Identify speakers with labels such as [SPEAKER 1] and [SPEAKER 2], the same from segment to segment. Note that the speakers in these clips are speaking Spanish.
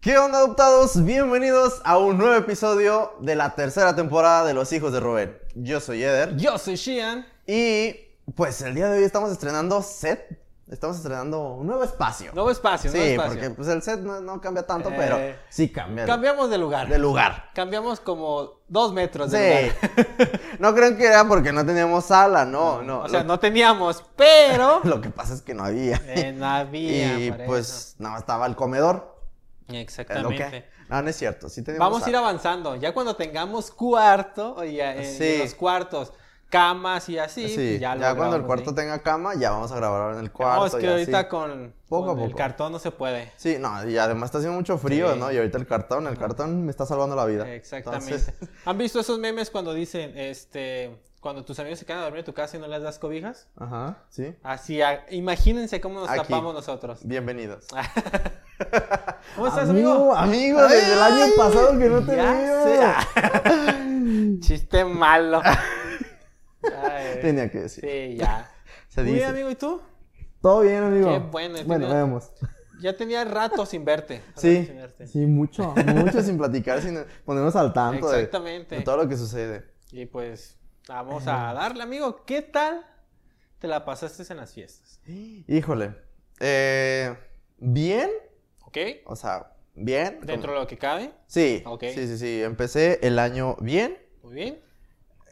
[SPEAKER 1] ¿Qué onda adoptados? Bienvenidos a un nuevo episodio de la tercera temporada de Los Hijos de Robert. Yo soy Eder
[SPEAKER 2] Yo soy Sheehan.
[SPEAKER 1] y pues el día de hoy estamos estrenando set, estamos estrenando un nuevo espacio.
[SPEAKER 2] Nuevo espacio,
[SPEAKER 1] sí,
[SPEAKER 2] nuevo espacio.
[SPEAKER 1] porque pues el set no, no cambia tanto,
[SPEAKER 2] Eh,
[SPEAKER 1] pero sí cambia.
[SPEAKER 2] Cambiamos de lugar.
[SPEAKER 1] De lugar.
[SPEAKER 2] Cambiamos como dos metros de
[SPEAKER 1] Sí.
[SPEAKER 2] lugar.
[SPEAKER 1] no crean que era porque no teníamos sala, no, no.
[SPEAKER 2] O sea,
[SPEAKER 1] lo,
[SPEAKER 2] no teníamos, pero.
[SPEAKER 1] lo que pasa es que no había.
[SPEAKER 2] eh, no había.
[SPEAKER 1] y
[SPEAKER 2] para
[SPEAKER 1] pues nada más estaba el comedor.
[SPEAKER 2] eso.
[SPEAKER 1] es lo que-
[SPEAKER 2] Exactamente.
[SPEAKER 1] No, no es cierto. Sí teníamos
[SPEAKER 2] Vamos a ir avanzando. Ya cuando tengamos cuarto, o ya, eh,
[SPEAKER 1] Sí.
[SPEAKER 2] los cuartos, camas y así.
[SPEAKER 1] Sí,
[SPEAKER 2] pues
[SPEAKER 1] ya,
[SPEAKER 2] ya, lo
[SPEAKER 1] cuando el
[SPEAKER 2] grabamos
[SPEAKER 1] cuarto
[SPEAKER 2] ahí.
[SPEAKER 1] tenga cama, ya vamos a grabar ahora en el
[SPEAKER 2] No,
[SPEAKER 1] cuarto.
[SPEAKER 2] es que
[SPEAKER 1] y así.
[SPEAKER 2] ahorita con,
[SPEAKER 1] Poco a
[SPEAKER 2] con el
[SPEAKER 1] poco.
[SPEAKER 2] cartón no se puede.
[SPEAKER 1] Sí, no, y además está haciendo mucho frío,
[SPEAKER 2] Sí.
[SPEAKER 1] ¿no? Y ahorita el cartón, el cartón me está salvando la vida.
[SPEAKER 2] Exactamente.
[SPEAKER 1] Entonces,
[SPEAKER 2] ¿Han visto esos memes cuando dicen, este, cuando tus amigos se quedan a dormir en tu casa y no les das cobijas?
[SPEAKER 1] ajá, sí.
[SPEAKER 2] Así, a- imagínense cómo nos
[SPEAKER 1] Aquí.
[SPEAKER 2] tapamos nosotros.
[SPEAKER 1] Bienvenidos.
[SPEAKER 2] ¿Cómo Ah, estás, amigo?
[SPEAKER 1] Amigo, desde el año
[SPEAKER 2] Ay,
[SPEAKER 1] pasado que no te
[SPEAKER 2] ya
[SPEAKER 1] veo.
[SPEAKER 2] sé. Ah, Chiste malo. Ay,
[SPEAKER 1] Tenía que decir.
[SPEAKER 2] sí, ya.
[SPEAKER 1] Se
[SPEAKER 2] Muy bien,
[SPEAKER 1] dice.
[SPEAKER 2] amigo, ¿y tú?
[SPEAKER 1] Todo bien, amigo.
[SPEAKER 2] Qué bueno, he
[SPEAKER 1] Bueno,
[SPEAKER 2] tenido-
[SPEAKER 1] vemos.
[SPEAKER 2] Ya tenía rato sin verte. rato
[SPEAKER 1] Sí,
[SPEAKER 2] sin verte.
[SPEAKER 1] sí, mucho, mucho sin platicar, sin ponernos al tanto de-
[SPEAKER 2] Exactamente.
[SPEAKER 1] de todo lo que sucede.
[SPEAKER 2] Y pues, vamos a darle, amigo. ¿Qué tal te la pasaste en las fiestas?
[SPEAKER 1] Híjole. Eh, bien,
[SPEAKER 2] ¿Ok?
[SPEAKER 1] o sea, bien. como-
[SPEAKER 2] Dentro de lo que cabe.
[SPEAKER 1] Sí,
[SPEAKER 2] Ok.
[SPEAKER 1] sí, sí, sí. Empecé el año bien.
[SPEAKER 2] Muy bien.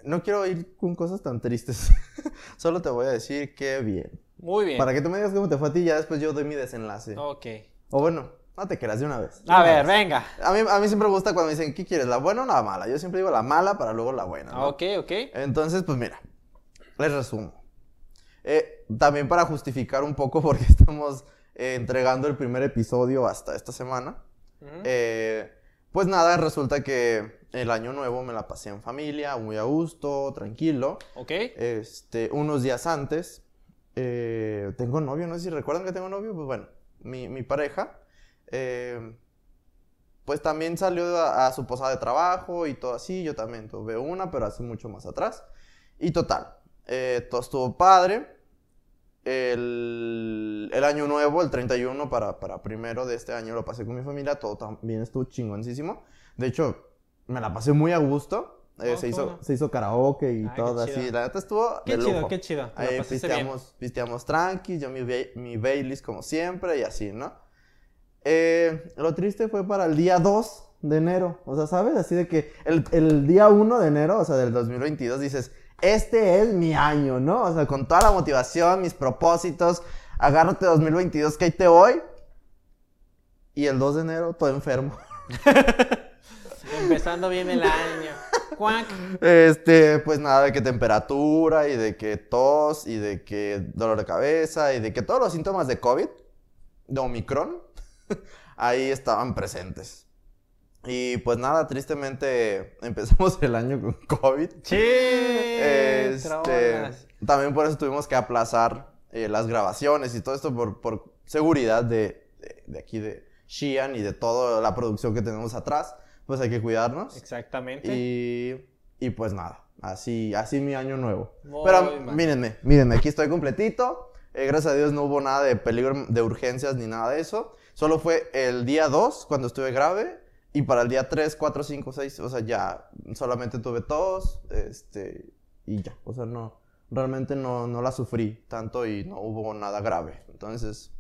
[SPEAKER 1] No quiero ir con cosas tan tristes. Solo te voy a decir que bien.
[SPEAKER 2] Muy bien.
[SPEAKER 1] Para que tú me digas cómo te fue a ti, ya después yo doy mi desenlace.
[SPEAKER 2] Ok.
[SPEAKER 1] O bueno, no te creas de una vez. de
[SPEAKER 2] A
[SPEAKER 1] una
[SPEAKER 2] ver,
[SPEAKER 1] vez.
[SPEAKER 2] venga.
[SPEAKER 1] A mí, a mí siempre me gusta cuando me dicen, ¿qué quieres, la buena o la mala? Yo siempre digo la mala para luego la buena. ¿no?
[SPEAKER 2] Ok, ok.
[SPEAKER 1] Entonces, pues mira, les resumo. Eh, también para justificar un poco porque estamos eh, entregando el primer episodio hasta esta semana.
[SPEAKER 2] Ujú.
[SPEAKER 1] Eh, pues nada, resulta que el año nuevo me la pasé en familia, muy a gusto, tranquilo.
[SPEAKER 2] ok.
[SPEAKER 1] Este, unos días antes, eh, tengo novio, no sé si recuerdan que tengo novio, pues bueno, mi, mi pareja, eh, pues también salió a, a su posada de trabajo y todo así, yo también tuve una, pero hace mucho más atrás. Y total, eh, todo estuvo padre. El, el año nuevo, el 31 para, para primero de este año, lo pasé con mi familia, todo también estuvo chingoncísimo. De hecho, me la pasé muy a gusto. eh,
[SPEAKER 2] Ah,
[SPEAKER 1] se,
[SPEAKER 2] qué
[SPEAKER 1] hizo,
[SPEAKER 2] bueno.
[SPEAKER 1] se hizo karaoke y
[SPEAKER 2] Ah, qué
[SPEAKER 1] todo
[SPEAKER 2] chido.
[SPEAKER 1] así. La neta estuvo
[SPEAKER 2] Qué
[SPEAKER 1] de
[SPEAKER 2] chido,
[SPEAKER 1] lujo.
[SPEAKER 2] qué chido. Te la
[SPEAKER 1] Ahí
[SPEAKER 2] pasaste bien.
[SPEAKER 1] pisteamos, pisteamos tranqui, yo mi, ba- mi Baileys como siempre y así, ¿no? Eh, lo triste fue para el día 2 de enero, o sea, ¿sabes? Así de que el, el día 1 de enero, o sea, del 2022, dices, este es mi año, ¿no? O sea, con toda la motivación, mis propósitos, agárrate 2022 que ahí te voy. Y el 2 de enero, todo enfermo.
[SPEAKER 2] Empezando bien el año. Cuac.
[SPEAKER 1] Este, pues nada, de que temperatura y de que tos y de que dolor de cabeza y de que todos los síntomas de COVID, de Omicron, ahí estaban presentes. Y pues nada, tristemente empezamos el año con COVID.
[SPEAKER 2] Che.
[SPEAKER 1] Este,
[SPEAKER 2] tronas.
[SPEAKER 1] también por eso tuvimos que aplazar eh, las grabaciones y todo esto por, por seguridad de, de, de aquí de Sheehan y de toda la producción que tenemos atrás. Pues hay que cuidarnos.
[SPEAKER 2] Exactamente.
[SPEAKER 1] Y, y pues nada, así, así mi año nuevo.
[SPEAKER 2] Muy
[SPEAKER 1] Pero
[SPEAKER 2] mal.
[SPEAKER 1] mírenme, mírenme, aquí estoy completito. Eh, gracias a Dios no hubo nada de peligro de urgencias ni nada de eso. Solo fue el día 2 cuando estuve grave y para el día 3, 4, 5, 6, o sea, ya solamente tuve tos este, y ya. O sea, no, realmente no, no la sufrí tanto y no hubo nada grave. Entonces,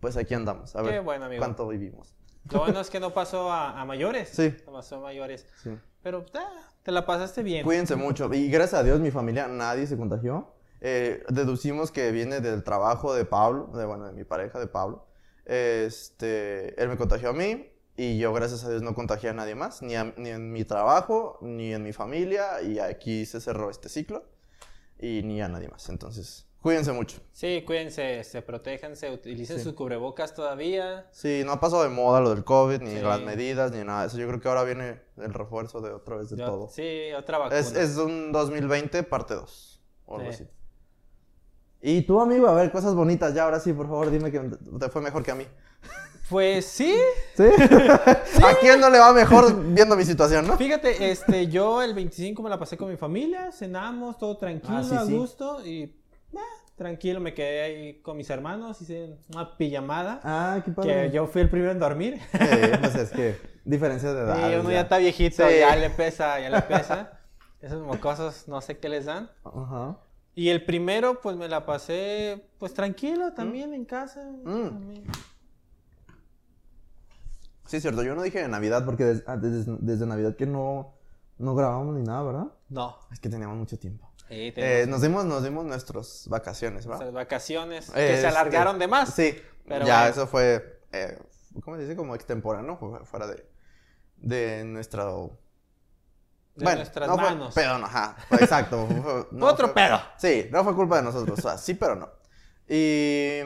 [SPEAKER 1] pues aquí andamos. A
[SPEAKER 2] Qué
[SPEAKER 1] ver
[SPEAKER 2] bueno, amigo.
[SPEAKER 1] cuánto vivimos.
[SPEAKER 2] Lo bueno es que no pasó a, a mayores.
[SPEAKER 1] Sí.
[SPEAKER 2] No pasó a mayores.
[SPEAKER 1] Sí.
[SPEAKER 2] Pero ah, te la pasaste bien.
[SPEAKER 1] Cuídense mucho. Y gracias a Dios, mi familia, nadie se contagió. Eh, deducimos que viene del trabajo de Pablo, de, bueno, de mi pareja, de Pablo. Este, él me contagió a mí y yo, gracias a Dios, no contagié a nadie más, ni, a- ni en mi trabajo, ni en mi familia. Y aquí se cerró este ciclo y ni a nadie más. Entonces, cuídense mucho.
[SPEAKER 2] Sí, cuídense, se protéjanse, utilicen
[SPEAKER 1] Sí.
[SPEAKER 2] sus cubrebocas todavía.
[SPEAKER 1] Sí, no ha pasado de moda lo del COVID, ni
[SPEAKER 2] Sí.
[SPEAKER 1] las medidas, ni nada de eso. Yo creo que ahora viene el refuerzo de otra vez de
[SPEAKER 2] Yo-
[SPEAKER 1] todo.
[SPEAKER 2] Sí, otra vacuna.
[SPEAKER 1] Es, es un 2020 parte 2. O algo
[SPEAKER 2] Sí.
[SPEAKER 1] así. Y tú, amigo, a ver, cosas bonitas. Ya, ahora sí, por favor, dime que te fue mejor que a mí.
[SPEAKER 2] Pues sí.
[SPEAKER 1] ¿Sí? ¿A quién no le va mejor viendo mi situación, no?
[SPEAKER 2] Fíjate, este, yo el 25 me la pasé con mi familia, cenamos, todo tranquilo,
[SPEAKER 1] Ah, sí,
[SPEAKER 2] a
[SPEAKER 1] sí.
[SPEAKER 2] gusto y ah, tranquilo, me quedé ahí con mis hermanos, hice una pijamada.
[SPEAKER 1] Ah, qué padre.
[SPEAKER 2] que yo fui el primero en dormir.
[SPEAKER 1] Sí, pues es que diferencias de edad.
[SPEAKER 2] y uno ya.
[SPEAKER 1] ya.
[SPEAKER 2] está viejito,
[SPEAKER 1] Sí.
[SPEAKER 2] ya le pesa, ya le pesa. Esos mocosos, no sé qué les dan.
[SPEAKER 1] Ajá.
[SPEAKER 2] Y el primero, pues me la pasé, pues tranquilo también en casa.
[SPEAKER 1] Mm.
[SPEAKER 2] también.
[SPEAKER 1] Sí, es cierto. Yo no dije de Navidad porque des- ah, des- desde, Navidad que no, no grabamos ni nada, ¿verdad?
[SPEAKER 2] No.
[SPEAKER 1] Es que teníamos mucho tiempo.
[SPEAKER 2] Sí,
[SPEAKER 1] Eh,
[SPEAKER 2] tenemos
[SPEAKER 1] nos dimos, nos dimos nuestras vacaciones, ¿verdad?
[SPEAKER 2] nuestras vacaciones que se
[SPEAKER 1] Este,
[SPEAKER 2] alargaron de más.
[SPEAKER 1] Sí,
[SPEAKER 2] Pero
[SPEAKER 1] ya
[SPEAKER 2] bueno.
[SPEAKER 1] eso fue, eh, ¿cómo se dice? Como extemporáneo, fu- fuera de, de nuestra...
[SPEAKER 2] de nuestras
[SPEAKER 1] no fue
[SPEAKER 2] manos.
[SPEAKER 1] pedo, no, ajá, fue exacto. fue- fue- no
[SPEAKER 2] Otro
[SPEAKER 1] fue-
[SPEAKER 2] pedo.
[SPEAKER 1] Sí, no fue culpa de nosotros, o sea, sí, pero no. Y,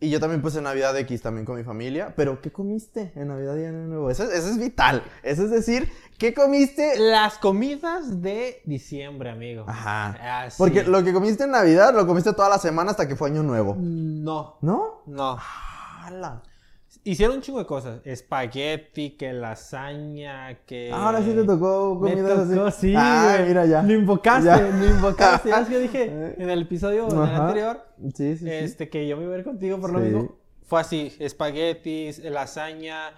[SPEAKER 1] y yo también puse Navidad X también con mi familia, pero ¿qué comiste en Navidad y Año Nuevo? Eso, es- eso es vital, eso es decir, ¿qué comiste?
[SPEAKER 2] Las comidas de diciembre, amigo.
[SPEAKER 1] Ajá,
[SPEAKER 2] Ah, sí.
[SPEAKER 1] porque lo que comiste en Navidad lo comiste toda la semana hasta que fue Año Nuevo,
[SPEAKER 2] No,
[SPEAKER 1] ¿no?
[SPEAKER 2] no.
[SPEAKER 1] ¡Hala!
[SPEAKER 2] Hicieron un chingo de cosas. Espagueti, que lasaña, que...
[SPEAKER 1] Ahora sí te tocó
[SPEAKER 2] Eh, Me
[SPEAKER 1] comidas así.
[SPEAKER 2] tocó, sí,
[SPEAKER 1] ah,
[SPEAKER 2] güey.
[SPEAKER 1] mira ya.
[SPEAKER 2] Lo invocaste,
[SPEAKER 1] Ya.
[SPEAKER 2] lo invocaste. Ya ves que dije
[SPEAKER 1] Eh.
[SPEAKER 2] en el episodio en el
[SPEAKER 1] Ajá.
[SPEAKER 2] anterior
[SPEAKER 1] Sí, sí, sí.
[SPEAKER 2] este, que yo me iba a ir contigo por lo
[SPEAKER 1] Sí.
[SPEAKER 2] mismo. Fue así, espaguetis, lasaña,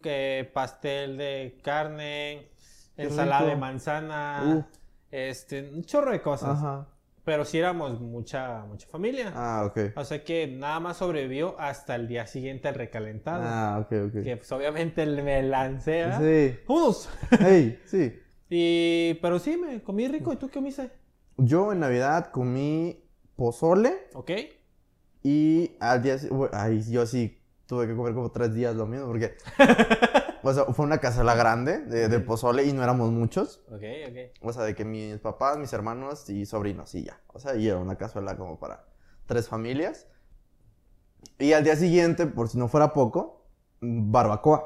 [SPEAKER 2] que pastel de carne,
[SPEAKER 1] Qué
[SPEAKER 2] ensalada de
[SPEAKER 1] rico.
[SPEAKER 2] manzana,
[SPEAKER 1] Uf.
[SPEAKER 2] este, un chorro de cosas.
[SPEAKER 1] Ajá.
[SPEAKER 2] Pero sí éramos mucha, mucha familia.
[SPEAKER 1] Ah, ok.
[SPEAKER 2] O sea que nada más sobrevivió hasta el día siguiente al recalentado.
[SPEAKER 1] Ah, ok, ok.
[SPEAKER 2] Que pues obviamente me lancé, ¿verdad?
[SPEAKER 1] Sí.
[SPEAKER 2] ¡Vámonos!
[SPEAKER 1] Hey, sí.
[SPEAKER 2] Y, pero sí, me comí rico. ¿Y tú qué comiste?
[SPEAKER 1] Yo en Navidad comí pozole
[SPEAKER 2] ¿Ok?
[SPEAKER 1] y al día. si- bu- Ay, yo sí tuve que comer como tres días lo mismo porque. o sea, fue una cazuela grande de, de pozole y no éramos muchos.
[SPEAKER 2] Ok, ok.
[SPEAKER 1] O sea, de que mis papás, mis hermanos y sobrinos y ya. O sea, y era una cazuela como para tres familias. Y al día siguiente, por si no fuera poco, barbacoa.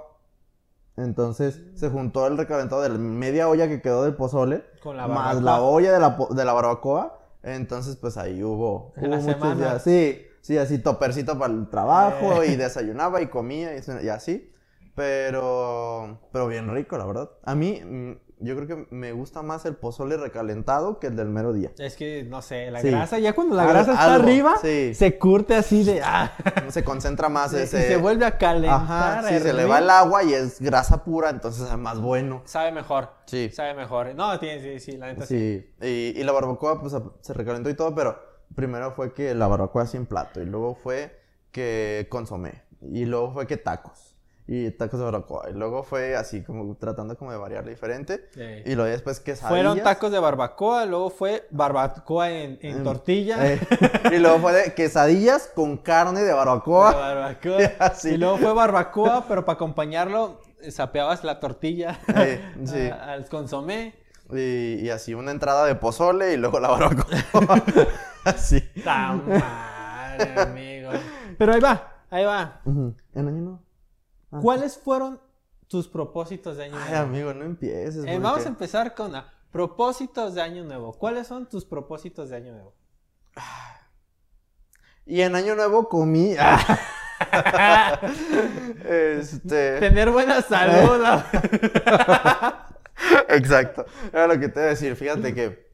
[SPEAKER 1] Entonces se juntó el recalentado de la media olla que quedó del pozole,
[SPEAKER 2] Con la
[SPEAKER 1] más
[SPEAKER 2] barbacoa.
[SPEAKER 1] la olla de la, po- de la barbacoa. Entonces, pues ahí hubo,
[SPEAKER 2] En
[SPEAKER 1] hubo
[SPEAKER 2] la
[SPEAKER 1] muchos
[SPEAKER 2] semana. Eh.
[SPEAKER 1] días. Sí, sí, así topercito para el trabajo y desayunaba y comía y, y así. Pero, pero bien rico, la verdad. A mí, mm, yo creo que me gusta más el pozole recalentado que el del mero día.
[SPEAKER 2] Es que, no sé, la
[SPEAKER 1] Sí.
[SPEAKER 2] grasa, ya cuando la
[SPEAKER 1] Al-
[SPEAKER 2] grasa está
[SPEAKER 1] algo,
[SPEAKER 2] arriba,
[SPEAKER 1] sí.
[SPEAKER 2] se curte así de... ah,
[SPEAKER 1] Se concentra más
[SPEAKER 2] y
[SPEAKER 1] ese...
[SPEAKER 2] se vuelve a calentar.
[SPEAKER 1] Ajá, sí, se le
[SPEAKER 2] hervir.
[SPEAKER 1] va el agua y es grasa pura, entonces es más bueno.
[SPEAKER 2] Sabe mejor.
[SPEAKER 1] Sí.
[SPEAKER 2] Sabe mejor. No, tiene, sí, sí, la neta sí.
[SPEAKER 1] Sí, y, y la barbacoa pues a- se recalentó y todo, pero primero fue que la barbacoa sin plato y luego fue que consomé y luego fue que tacos y tacos de barbacoa y luego fue así como tratando como de variar diferente
[SPEAKER 2] Sí.
[SPEAKER 1] y luego después quesadillas.
[SPEAKER 2] Fueron tacos de barbacoa, luego fue barbacoa en, en
[SPEAKER 1] Em,
[SPEAKER 2] tortilla.
[SPEAKER 1] eh, y luego fue de quesadillas con carne de
[SPEAKER 2] de
[SPEAKER 1] barbacoa.
[SPEAKER 2] barbacoa.
[SPEAKER 1] Así.
[SPEAKER 2] Y luego fue barbacoa, pero para acompañarlo, eh, sapeabas la tortilla
[SPEAKER 1] Eh, sí.
[SPEAKER 2] a- al consomé.
[SPEAKER 1] Y, y así una entrada de pozole y luego la barbacoa. así.
[SPEAKER 2] Ta madre, amigo. Pero ahí va, ahí va.
[SPEAKER 1] Ujú. En año no. Ah.
[SPEAKER 2] ¿Cuáles fueron tus propósitos de año
[SPEAKER 1] Ay,
[SPEAKER 2] nuevo?
[SPEAKER 1] amigo, no empieces.
[SPEAKER 2] Eh, vamos a
[SPEAKER 1] porque-
[SPEAKER 2] empezar con ah, propósitos de año nuevo. ¿Cuáles son tus propósitos de año nuevo?
[SPEAKER 1] Y en Año Nuevo comí. ah, este.
[SPEAKER 2] Tener buena salud. ah.
[SPEAKER 1] Exacto. Era lo que te iba a decir. Fíjate que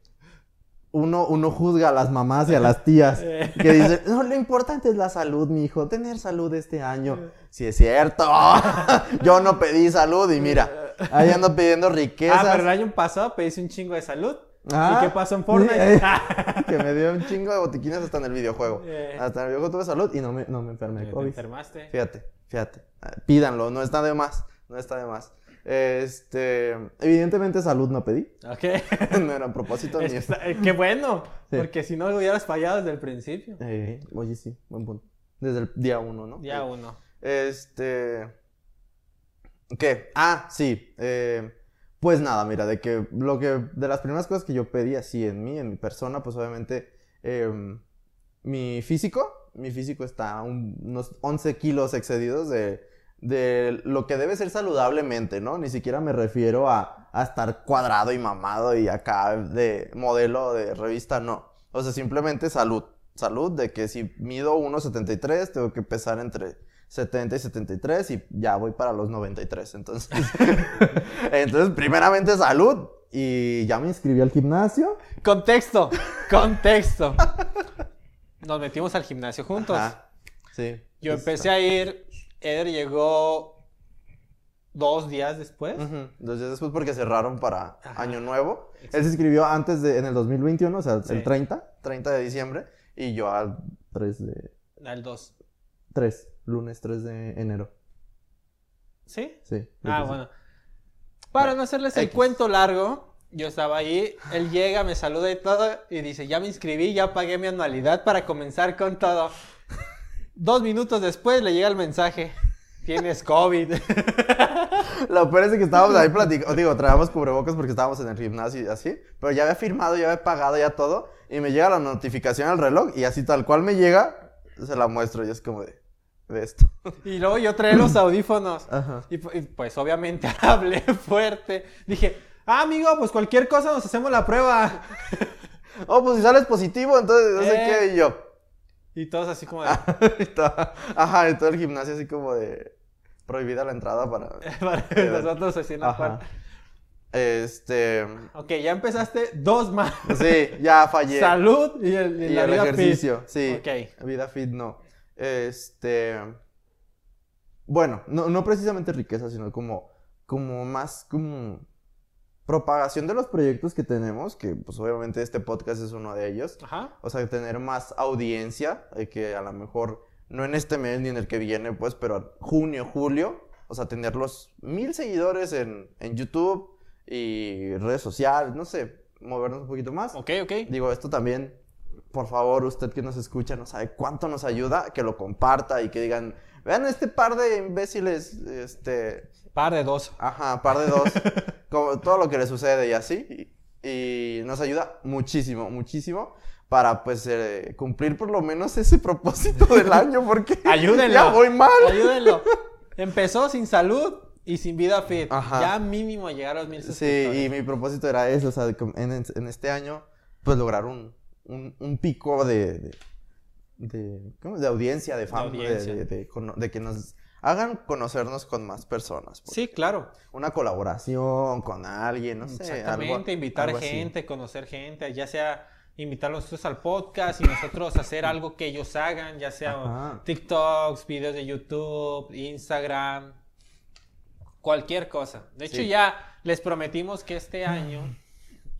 [SPEAKER 1] uno, uno juzga a las mamás y a las tías
[SPEAKER 2] Eh.
[SPEAKER 1] que dicen: No, lo importante es la salud, mi hijo. Tener salud este año. Si es cierto. Yo no pedí salud y mira, ahí ando pidiendo
[SPEAKER 2] Ah, pero el
[SPEAKER 1] riquezas.
[SPEAKER 2] año pasado pediste un chingo de salud.
[SPEAKER 1] Ah,
[SPEAKER 2] ¿Y qué pasó en
[SPEAKER 1] sí,
[SPEAKER 2] Fortnite?
[SPEAKER 1] eh. que me dio un chingo de botiquines hasta en el videojuego.
[SPEAKER 2] Eh.
[SPEAKER 1] Hasta en el videojuego tuve salud y no me, no me enfermé. de
[SPEAKER 2] Te
[SPEAKER 1] COVID.
[SPEAKER 2] enfermaste.
[SPEAKER 1] Fíjate, fíjate. Ah, Pídanlo, no está de más. No está de más. Este, evidentemente salud no pedí.
[SPEAKER 2] Ok.
[SPEAKER 1] no era a propósito ni
[SPEAKER 2] Es que está- eh, qué bueno.
[SPEAKER 1] Sí.
[SPEAKER 2] Porque si no hubieras fallado desde el principio.
[SPEAKER 1] Eh, oye, sí, buen punto. Desde el día uno, ¿no? Eh,
[SPEAKER 2] Ya uno.
[SPEAKER 1] Este. ¿Qué? Ah, sí. eh, pues nada, mira, de que lo que. De las primeras cosas que yo pedí así en mí, en mi persona, pues obviamente. em, mi físico. Mi físico está un- unos 11 kilos excedidos de, de lo que debe ser saludablemente, ¿no? Ni siquiera me refiero a, a estar cuadrado y mamado y acá de modelo de revista, no. O sea, simplemente salud. Salud, de que si mido 1,73, tengo que pesar entre 70 y 73 y ya voy para los 93. Entonces, entonces primeramente salud y ya me inscribí al gimnasio.
[SPEAKER 2] Contexto, contexto. nos metimos al gimnasio juntos.
[SPEAKER 1] Ajá, Sí.
[SPEAKER 2] Yo
[SPEAKER 1] sí, sí,
[SPEAKER 2] empecé
[SPEAKER 1] está.
[SPEAKER 2] a ir, Eder llegó dos días después.
[SPEAKER 1] Ujú, Dos días después porque cerraron para
[SPEAKER 2] Ajá.
[SPEAKER 1] Año Nuevo.
[SPEAKER 2] Exacto.
[SPEAKER 1] Él se inscribió antes de, en el 2021, o sea,
[SPEAKER 2] Sí.
[SPEAKER 1] el 30, 30 de diciembre, y yo al 3 de...
[SPEAKER 2] Al dos.
[SPEAKER 1] 3, lunes 3 de enero.
[SPEAKER 2] ¿Sí?
[SPEAKER 1] Sí.
[SPEAKER 2] Ah,
[SPEAKER 1] sí.
[SPEAKER 2] bueno. Para no hacerles el
[SPEAKER 1] X.
[SPEAKER 2] cuento largo, yo estaba ahí, él llega, me saluda y todo, y dice, ya me inscribí, ya pagué mi anualidad para comenzar con todo. Dos minutos después le llega el mensaje, tienes COVID.
[SPEAKER 1] Lo peor es que estábamos ahí platicando, digo, traíamos cubrebocas porque estábamos en el gimnasio y así, pero ya había firmado, ya había pagado, ya todo, y me llega la notificación al reloj y así tal cual me llega, se la muestro y es como de, de esto.
[SPEAKER 2] y luego yo traía los audífonos.
[SPEAKER 1] Ajá.
[SPEAKER 2] Y, pu- y, pues obviamente hablé fuerte. Dije, ah, amigo, pues cualquier cosa nos hacemos la prueba.
[SPEAKER 1] Oh, pues si sales positivo, entonces no sé
[SPEAKER 2] Eh.
[SPEAKER 1] qué, y yo.
[SPEAKER 2] Y todos así como de,
[SPEAKER 1] Y todo- Ajá, y todo el gimnasio así como de prohibida la entrada para...
[SPEAKER 2] para nosotros así en la
[SPEAKER 1] Ajá.
[SPEAKER 2] parte.
[SPEAKER 1] Este... pues
[SPEAKER 2] Ok, ya empezaste dos más.
[SPEAKER 1] Sí, ya fallé.
[SPEAKER 2] Salud y el, y
[SPEAKER 1] y
[SPEAKER 2] la
[SPEAKER 1] el
[SPEAKER 2] vida fit.
[SPEAKER 1] ejercicio, sí.
[SPEAKER 2] Ok.
[SPEAKER 1] Vida fit no. Este. Bueno, no, no precisamente riqueza, sino como, como más como propagación de los proyectos que tenemos, que pues obviamente este podcast es uno de ellos.
[SPEAKER 2] Ajá.
[SPEAKER 1] O sea, tener más audiencia, eh, que a lo mejor no en este mes ni en el que viene, pues, pero junio, julio, o sea, tener los mil seguidores en, en YouTube y redes sociales, no sé, movernos un poquito más.
[SPEAKER 2] Ok, ok.
[SPEAKER 1] Digo, esto también, por favor, usted que nos escucha, no sabe cuánto nos ayuda, que lo comparta y que digan, vean este par de imbéciles, este,
[SPEAKER 2] Par de dos.
[SPEAKER 1] ajá, par de dos, como todo lo que le sucede y así. Y, y nos ayuda muchísimo, muchísimo para, pues, eh, cumplir por lo menos ese propósito del año, porque
[SPEAKER 2] Ayúdenlo.
[SPEAKER 1] ya voy mal.
[SPEAKER 2] Ayúdenlo. Empezó sin salud y sin vida fit.
[SPEAKER 1] Ajá.
[SPEAKER 2] Ya mínimo llegar a los mil suscriptores.
[SPEAKER 1] Sí, y mi propósito era eso, o sea, de com- en, en este año, pues lograr un, un, un pico de, de, de- ¿cómo? de audiencia, de fama, de,
[SPEAKER 2] audiencia.
[SPEAKER 1] de- de cono- de que nos hagan conocernos con más personas. porque
[SPEAKER 2] Sí, claro.
[SPEAKER 1] Una colaboración con alguien, no sé. algo-
[SPEAKER 2] Exactamente, invitar
[SPEAKER 1] algo así.
[SPEAKER 2] gente, conocer gente, ya sea invitarlos nosotros al podcast y nosotros hacer algo que ellos hagan, ya sea
[SPEAKER 1] Ajá.
[SPEAKER 2] TikToks, videos de YouTube, Instagram, cualquier cosa. De hecho,
[SPEAKER 1] Sí.
[SPEAKER 2] ya les prometimos que este año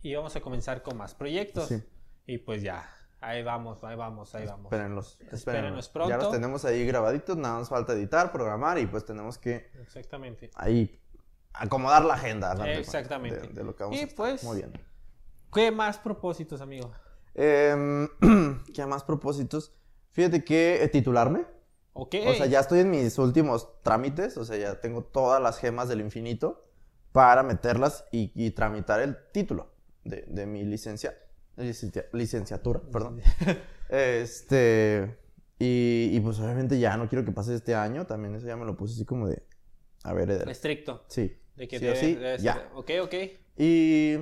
[SPEAKER 2] íbamos a comenzar con más proyectos.
[SPEAKER 1] Sí.
[SPEAKER 2] Y pues ya, ahí vamos, ahí vamos, ahí vamos.
[SPEAKER 1] Espérenlos, espérenlos.
[SPEAKER 2] pronto.
[SPEAKER 1] Ya los tenemos ahí grabaditos, nada más falta editar, programar y pues tenemos que
[SPEAKER 2] Exactamente.
[SPEAKER 1] ahí acomodar la agenda. haz de cuenta,
[SPEAKER 2] Exactamente.
[SPEAKER 1] De, de lo que vamos
[SPEAKER 2] Y
[SPEAKER 1] a estar.
[SPEAKER 2] pues-
[SPEAKER 1] Muy bien.
[SPEAKER 2] ¿Qué más propósitos, amigo?
[SPEAKER 1] Em, ¿Qué más propósitos? Fíjate que eh, titularme.
[SPEAKER 2] Ok.
[SPEAKER 1] O sea, ya estoy en mis últimos trámites. O sea, ya tengo todas las gemas del infinito para meterlas y, y tramitar el título de, de mi licencia, licencia- licenciatura. Perdón. Este. Y, y pues obviamente ya no quiero que pase este año. También eso ya me lo puse así como de. A ver, Eder.
[SPEAKER 2] Estricto.
[SPEAKER 1] Sí.
[SPEAKER 2] De que
[SPEAKER 1] sí o
[SPEAKER 2] debe-
[SPEAKER 1] sí,
[SPEAKER 2] debe ser-
[SPEAKER 1] ya.
[SPEAKER 2] Ok, ok.
[SPEAKER 1] Y,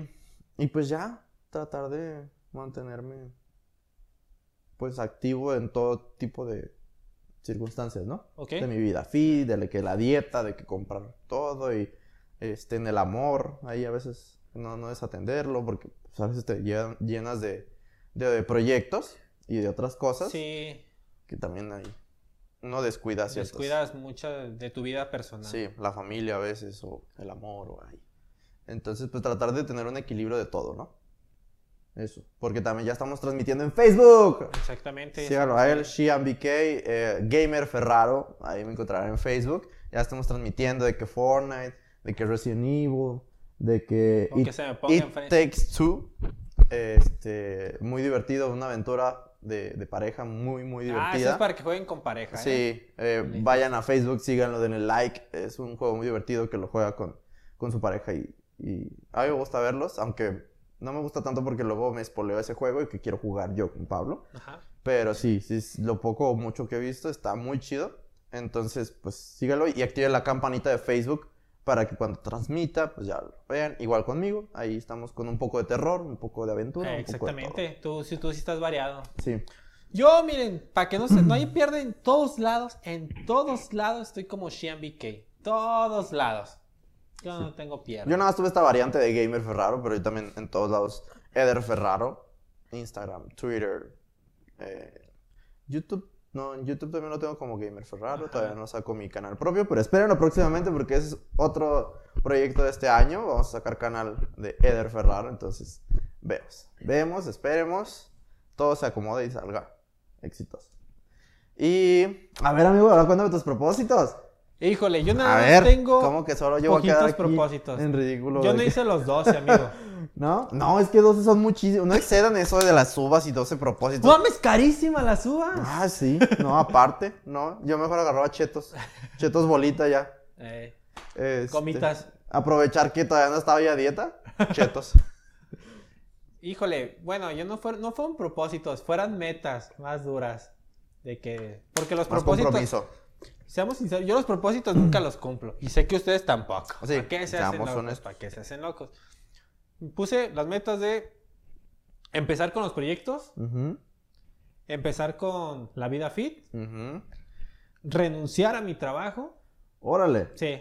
[SPEAKER 1] y pues ya, tratar de mantenerme pues activo en todo tipo de circunstancias, ¿no?
[SPEAKER 2] Ok.
[SPEAKER 1] De mi vida fit, de que la dieta, de que comprar todo y este, en el amor, ahí a veces no, no desatenderlo porque pues, a veces te lle- llenas de, de, de proyectos y de otras cosas
[SPEAKER 2] Sí.
[SPEAKER 1] que también ahí uno descuida ciertas.
[SPEAKER 2] Descuidas mucho de tu vida personal.
[SPEAKER 1] Sí, la familia a veces, o el amor, o ahí. Entonces, pues tratar de tener un equilibrio de todo, ¿no? Eso. Porque también ya estamos transmitiendo en Facebook.
[SPEAKER 2] Exactamente.
[SPEAKER 1] Síganlo a él, SheAndBK, eh, Gamer Ferraro, ahí me encontrarán en Facebook. Ya estamos transmitiendo de que Fortnite, de que Resident Evil, de que
[SPEAKER 2] O que
[SPEAKER 1] It,
[SPEAKER 2] se me ponga
[SPEAKER 1] It
[SPEAKER 2] enfrente.
[SPEAKER 1] Takes Two. Este, muy divertido, una aventura de, de pareja muy, muy divertida.
[SPEAKER 2] Ah, eso es para que jueguen con pareja. ¿eh?
[SPEAKER 1] Sí, eh,
[SPEAKER 2] Listo.
[SPEAKER 1] vayan a Facebook, síganlo, denle like. Es un juego muy divertido que lo juega con, con su pareja y, y a mí me gusta verlos, aunque no me gusta tanto porque luego me espoleo ese juego y que quiero jugar yo con Pablo.
[SPEAKER 2] Ajá.
[SPEAKER 1] Pero sí, sí, es lo poco o mucho que he visto está muy chido. Entonces, pues sígalo y active la campanita de Facebook para que cuando transmita, pues ya lo vean. Igual conmigo, ahí estamos con un poco de terror, un poco de aventura.
[SPEAKER 2] Eh,
[SPEAKER 1] un poco de todo.
[SPEAKER 2] exactamente. Tú, sí, tú sí estás variado.
[SPEAKER 1] Sí,
[SPEAKER 2] Yo, miren, para que no se. No hay pierde en todos lados. En todos lados estoy como Shian BK. Todos lados. Yo no tengo pierde.
[SPEAKER 1] Yo nada más tuve esta variante de Gamer Ferraro, pero yo también en todos lados. Eder Ferraro, Instagram, Twitter, eh, YouTube, no, en YouTube también lo tengo como Gamer Ferraro, todavía no saco mi canal propio, pero espérenlo próximamente porque ese es otro proyecto de este año. Vamos a sacar canal de Eder Ferraro, entonces vemos, vemos, esperemos, todo se acomode y salga exitoso. Y a ver, amigo, ahora cuéntame tus propósitos.
[SPEAKER 2] Híjole, yo
[SPEAKER 1] A
[SPEAKER 2] nada más
[SPEAKER 1] ver,
[SPEAKER 2] tengo.
[SPEAKER 1] ¿cómo que solo yo voy a quedar
[SPEAKER 2] poquitos
[SPEAKER 1] aquí
[SPEAKER 2] propósitos.
[SPEAKER 1] en ridículo?
[SPEAKER 2] Yo
[SPEAKER 1] de
[SPEAKER 2] no
[SPEAKER 1] que-
[SPEAKER 2] hice los 12, amigo.
[SPEAKER 1] ¿No? No, es que 12 son muchísimos. No excedan eso de las uvas y 12
[SPEAKER 2] ¡No
[SPEAKER 1] propósitos.
[SPEAKER 2] mames, carísima las uvas!
[SPEAKER 1] Ah, sí. No, aparte. No, yo mejor agarraba chetos. Chetos bolita ya.
[SPEAKER 2] Eh,
[SPEAKER 1] Este,
[SPEAKER 2] comitas.
[SPEAKER 1] Aprovechar que todavía no estaba ya a dieta. Chetos.
[SPEAKER 2] Híjole, bueno, yo no, fuer- no fueron propósitos, fueran metas más duras. De que. Porque los
[SPEAKER 1] Más
[SPEAKER 2] propósitos.
[SPEAKER 1] compromiso.
[SPEAKER 2] Seamos sinceros, yo los propósitos nunca los cumplo. Y sé que ustedes tampoco.
[SPEAKER 1] Sí,
[SPEAKER 2] ¿Para qué se
[SPEAKER 1] seamos
[SPEAKER 2] hacen locos?
[SPEAKER 1] honestos.
[SPEAKER 2] ¿Para qué se hacen locos? Puse las metas de empezar con los proyectos,
[SPEAKER 1] Ujú,
[SPEAKER 2] empezar con la vida fit,
[SPEAKER 1] ujú.
[SPEAKER 2] renunciar a mi trabajo.
[SPEAKER 1] Órale.
[SPEAKER 2] Sí,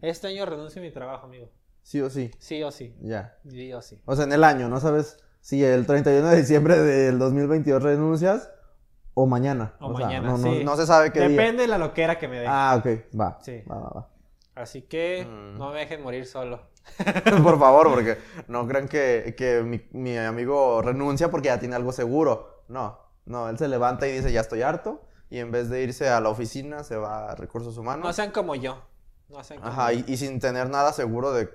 [SPEAKER 2] este año renuncio a mi trabajo, amigo.
[SPEAKER 1] Sí o sí.
[SPEAKER 2] Sí o sí.
[SPEAKER 1] Ya.
[SPEAKER 2] Sí o sí.
[SPEAKER 1] O sea, en el año, ¿no sabes? Si el 31 de diciembre del 2022 renuncias o mañana.
[SPEAKER 2] O
[SPEAKER 1] sea,
[SPEAKER 2] mañana,
[SPEAKER 1] no, no-
[SPEAKER 2] sí.
[SPEAKER 1] no se sabe qué día.
[SPEAKER 2] Depende de la loquera que me dé.
[SPEAKER 1] Ah, ok. Va.
[SPEAKER 2] Sí.
[SPEAKER 1] Va, va, va.
[SPEAKER 2] Así que
[SPEAKER 1] Mm.
[SPEAKER 2] no me dejen morir solo.
[SPEAKER 1] Por favor, porque no crean que, que mi, mi amigo renuncia porque ya tiene algo seguro. No, no, él se levanta y dice, ya estoy harto. Y en vez de irse a la oficina, se va a recursos humanos.
[SPEAKER 2] No sean como yo. No sean como
[SPEAKER 1] Ajá,
[SPEAKER 2] yo.
[SPEAKER 1] y, y sin tener nada seguro de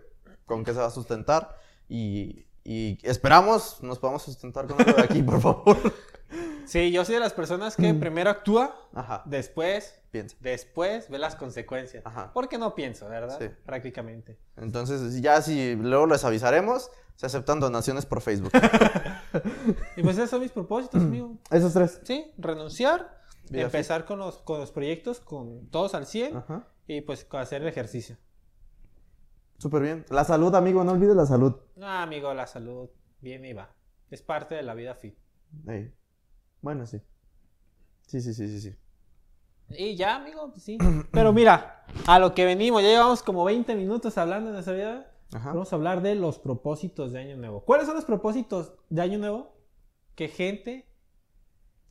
[SPEAKER 1] con qué se va a sustentar. Y, y esperamos nos podamos sustentar con algo de aquí, por favor.
[SPEAKER 2] Sí, yo soy de las personas
[SPEAKER 1] Mm.
[SPEAKER 2] que primero actúa,
[SPEAKER 1] Ajá,
[SPEAKER 2] después
[SPEAKER 1] piensa.
[SPEAKER 2] Después ve las consecuencias.
[SPEAKER 1] Ajá.
[SPEAKER 2] Porque no pienso, ¿verdad?
[SPEAKER 1] Sí.
[SPEAKER 2] Prácticamente.
[SPEAKER 1] Entonces, ya si luego les avisaremos, se aceptan donaciones por Facebook.
[SPEAKER 2] Y pues esos son mis propósitos,
[SPEAKER 1] Mm.
[SPEAKER 2] amigo.
[SPEAKER 1] Esos tres.
[SPEAKER 2] Sí, renunciar,
[SPEAKER 1] Vida
[SPEAKER 2] empezar con los, con los proyectos, con todos al 100
[SPEAKER 1] Ajá.
[SPEAKER 2] y pues hacer el ejercicio.
[SPEAKER 1] Súper bien. La salud, amigo, no olvides la salud.
[SPEAKER 2] No, Ah, amigo, la salud bien iba. Es parte de la vida fit.
[SPEAKER 1] Ey. Bueno, sí. Sí, sí, sí, sí, sí.
[SPEAKER 2] Y ya, amigo, pues sí. Pero mira, a lo que venimos, ya llevamos como 20 minutos hablando de nuestra vida.
[SPEAKER 1] Ajá.
[SPEAKER 2] Vamos a hablar de los propósitos de Año Nuevo. ¿Cuáles son los propósitos de Año Nuevo que gente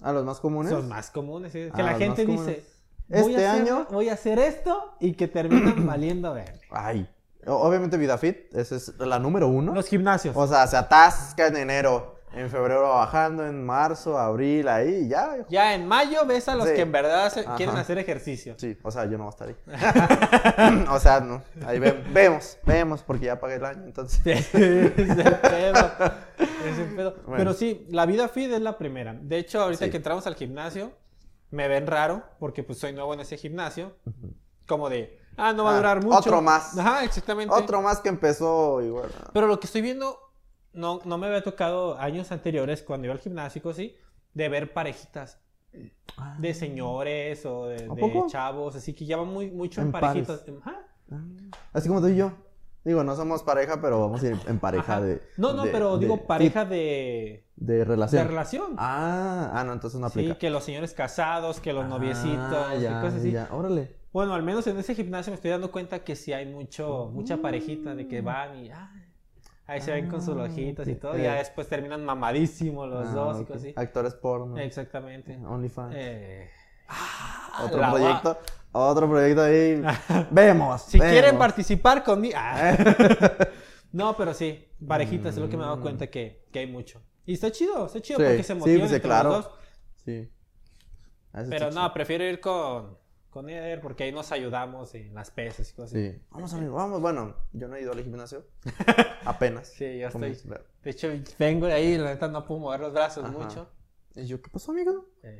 [SPEAKER 1] A los más comunes.
[SPEAKER 2] Son más comunes, sí. que
[SPEAKER 1] Ah,
[SPEAKER 2] la
[SPEAKER 1] los
[SPEAKER 2] gente
[SPEAKER 1] más
[SPEAKER 2] dice,
[SPEAKER 1] comunes.
[SPEAKER 2] voy
[SPEAKER 1] Este
[SPEAKER 2] a hacer-
[SPEAKER 1] año-
[SPEAKER 2] voy a hacer esto y que terminan valiendo verga.
[SPEAKER 1] Ay. O- Obviamente VidaFit, esa es la número uno.
[SPEAKER 2] Los gimnasios.
[SPEAKER 1] O sea, se atasca en enero, en febrero bajando, en marzo, abril, ahí, ya. hijo.
[SPEAKER 2] Ya en mayo ves a los
[SPEAKER 1] Sí.
[SPEAKER 2] que en verdad se-
[SPEAKER 1] Ajá.
[SPEAKER 2] quieren hacer ejercicio.
[SPEAKER 1] Sí, o sea, yo no voy a estar ahí. o sea, no. Ahí ve- vemos, vemos, porque ya pagué el año, entonces.
[SPEAKER 2] es el pedo. Es el pedo.
[SPEAKER 1] Bueno.
[SPEAKER 2] Pero sí, la vida fit es la primera. De hecho, ahorita
[SPEAKER 1] Sí.
[SPEAKER 2] que entramos al gimnasio, me ven raro porque pues soy nuevo en ese gimnasio. Como de, ah, no va
[SPEAKER 1] Ah,
[SPEAKER 2] a durar mucho.
[SPEAKER 1] otro más.
[SPEAKER 2] Ajá, exactamente.
[SPEAKER 1] Otro más que empezó igual.
[SPEAKER 2] Pero lo que estoy viendo, no, no me había tocado años anteriores cuando iba al gimnasio, y sí, de ver parejitas de señores o de,
[SPEAKER 1] Ah. ¿A
[SPEAKER 2] de
[SPEAKER 1] poco?
[SPEAKER 2] chavos, así que ya van muy, mucho en,
[SPEAKER 1] En pares.
[SPEAKER 2] parejitas. Ajá,
[SPEAKER 1] Así como tú y yo. Digo, no somos pareja, pero vamos a ir en pareja
[SPEAKER 2] ajá.
[SPEAKER 1] de.
[SPEAKER 2] No, no,
[SPEAKER 1] de-
[SPEAKER 2] pero
[SPEAKER 1] de-
[SPEAKER 2] digo pareja de,
[SPEAKER 1] De
[SPEAKER 2] de
[SPEAKER 1] relación.
[SPEAKER 2] relación.
[SPEAKER 1] Ah, ah, no, entonces no aplica.
[SPEAKER 2] sí, que los señores casados, que los noviecitos,
[SPEAKER 1] Ah,
[SPEAKER 2] y
[SPEAKER 1] ya,
[SPEAKER 2] cosas así.
[SPEAKER 1] ya, órale.
[SPEAKER 2] Bueno, al menos en ese gimnasio me estoy dando cuenta que sí hay mucho,
[SPEAKER 1] Mm.
[SPEAKER 2] mucha parejita de que van y ay, ahí se ven con sus
[SPEAKER 1] Ah,
[SPEAKER 2] lojitas y
[SPEAKER 1] ok.
[SPEAKER 2] todo, y ya
[SPEAKER 1] Eh.
[SPEAKER 2] después terminan mamadísimos los
[SPEAKER 1] Ah,
[SPEAKER 2] dos y
[SPEAKER 1] ok.
[SPEAKER 2] cosas así.
[SPEAKER 1] Actores porno.
[SPEAKER 2] Exactamente.
[SPEAKER 1] OnlyFans.
[SPEAKER 2] Eh,
[SPEAKER 1] otro
[SPEAKER 2] la va-
[SPEAKER 1] proyecto. Otro proyecto ahí. vemos.
[SPEAKER 2] si
[SPEAKER 1] vemos.
[SPEAKER 2] quieren participar conmigo. Ah. no, pero sí, parejitas es lo que me he dado cuenta que, que hay mucho. Y está chido, está chido
[SPEAKER 1] Mm. Sí,
[SPEAKER 2] porque se
[SPEAKER 1] sí,
[SPEAKER 2] motivan
[SPEAKER 1] pues, sí,
[SPEAKER 2] entre
[SPEAKER 1] claro.
[SPEAKER 2] los dos.
[SPEAKER 1] Sí. Ah, eso
[SPEAKER 2] Pero
[SPEAKER 1] está
[SPEAKER 2] no, prefiero ir con, con Eder porque ahí nos ayudamos en las pesas y cosas
[SPEAKER 1] chido.
[SPEAKER 2] así.
[SPEAKER 1] Sí. Vamos, amigo, vamos. Bueno, yo no he ido al gimnasio. Apenas.
[SPEAKER 2] Sí, yo
[SPEAKER 1] Como-
[SPEAKER 2] estoy- De hecho, vengo de ahí y la neta no puedo mover los brazos
[SPEAKER 1] Ajá.
[SPEAKER 2] mucho.
[SPEAKER 1] Y yo, ¿qué pasó, amigo?
[SPEAKER 2] Eh,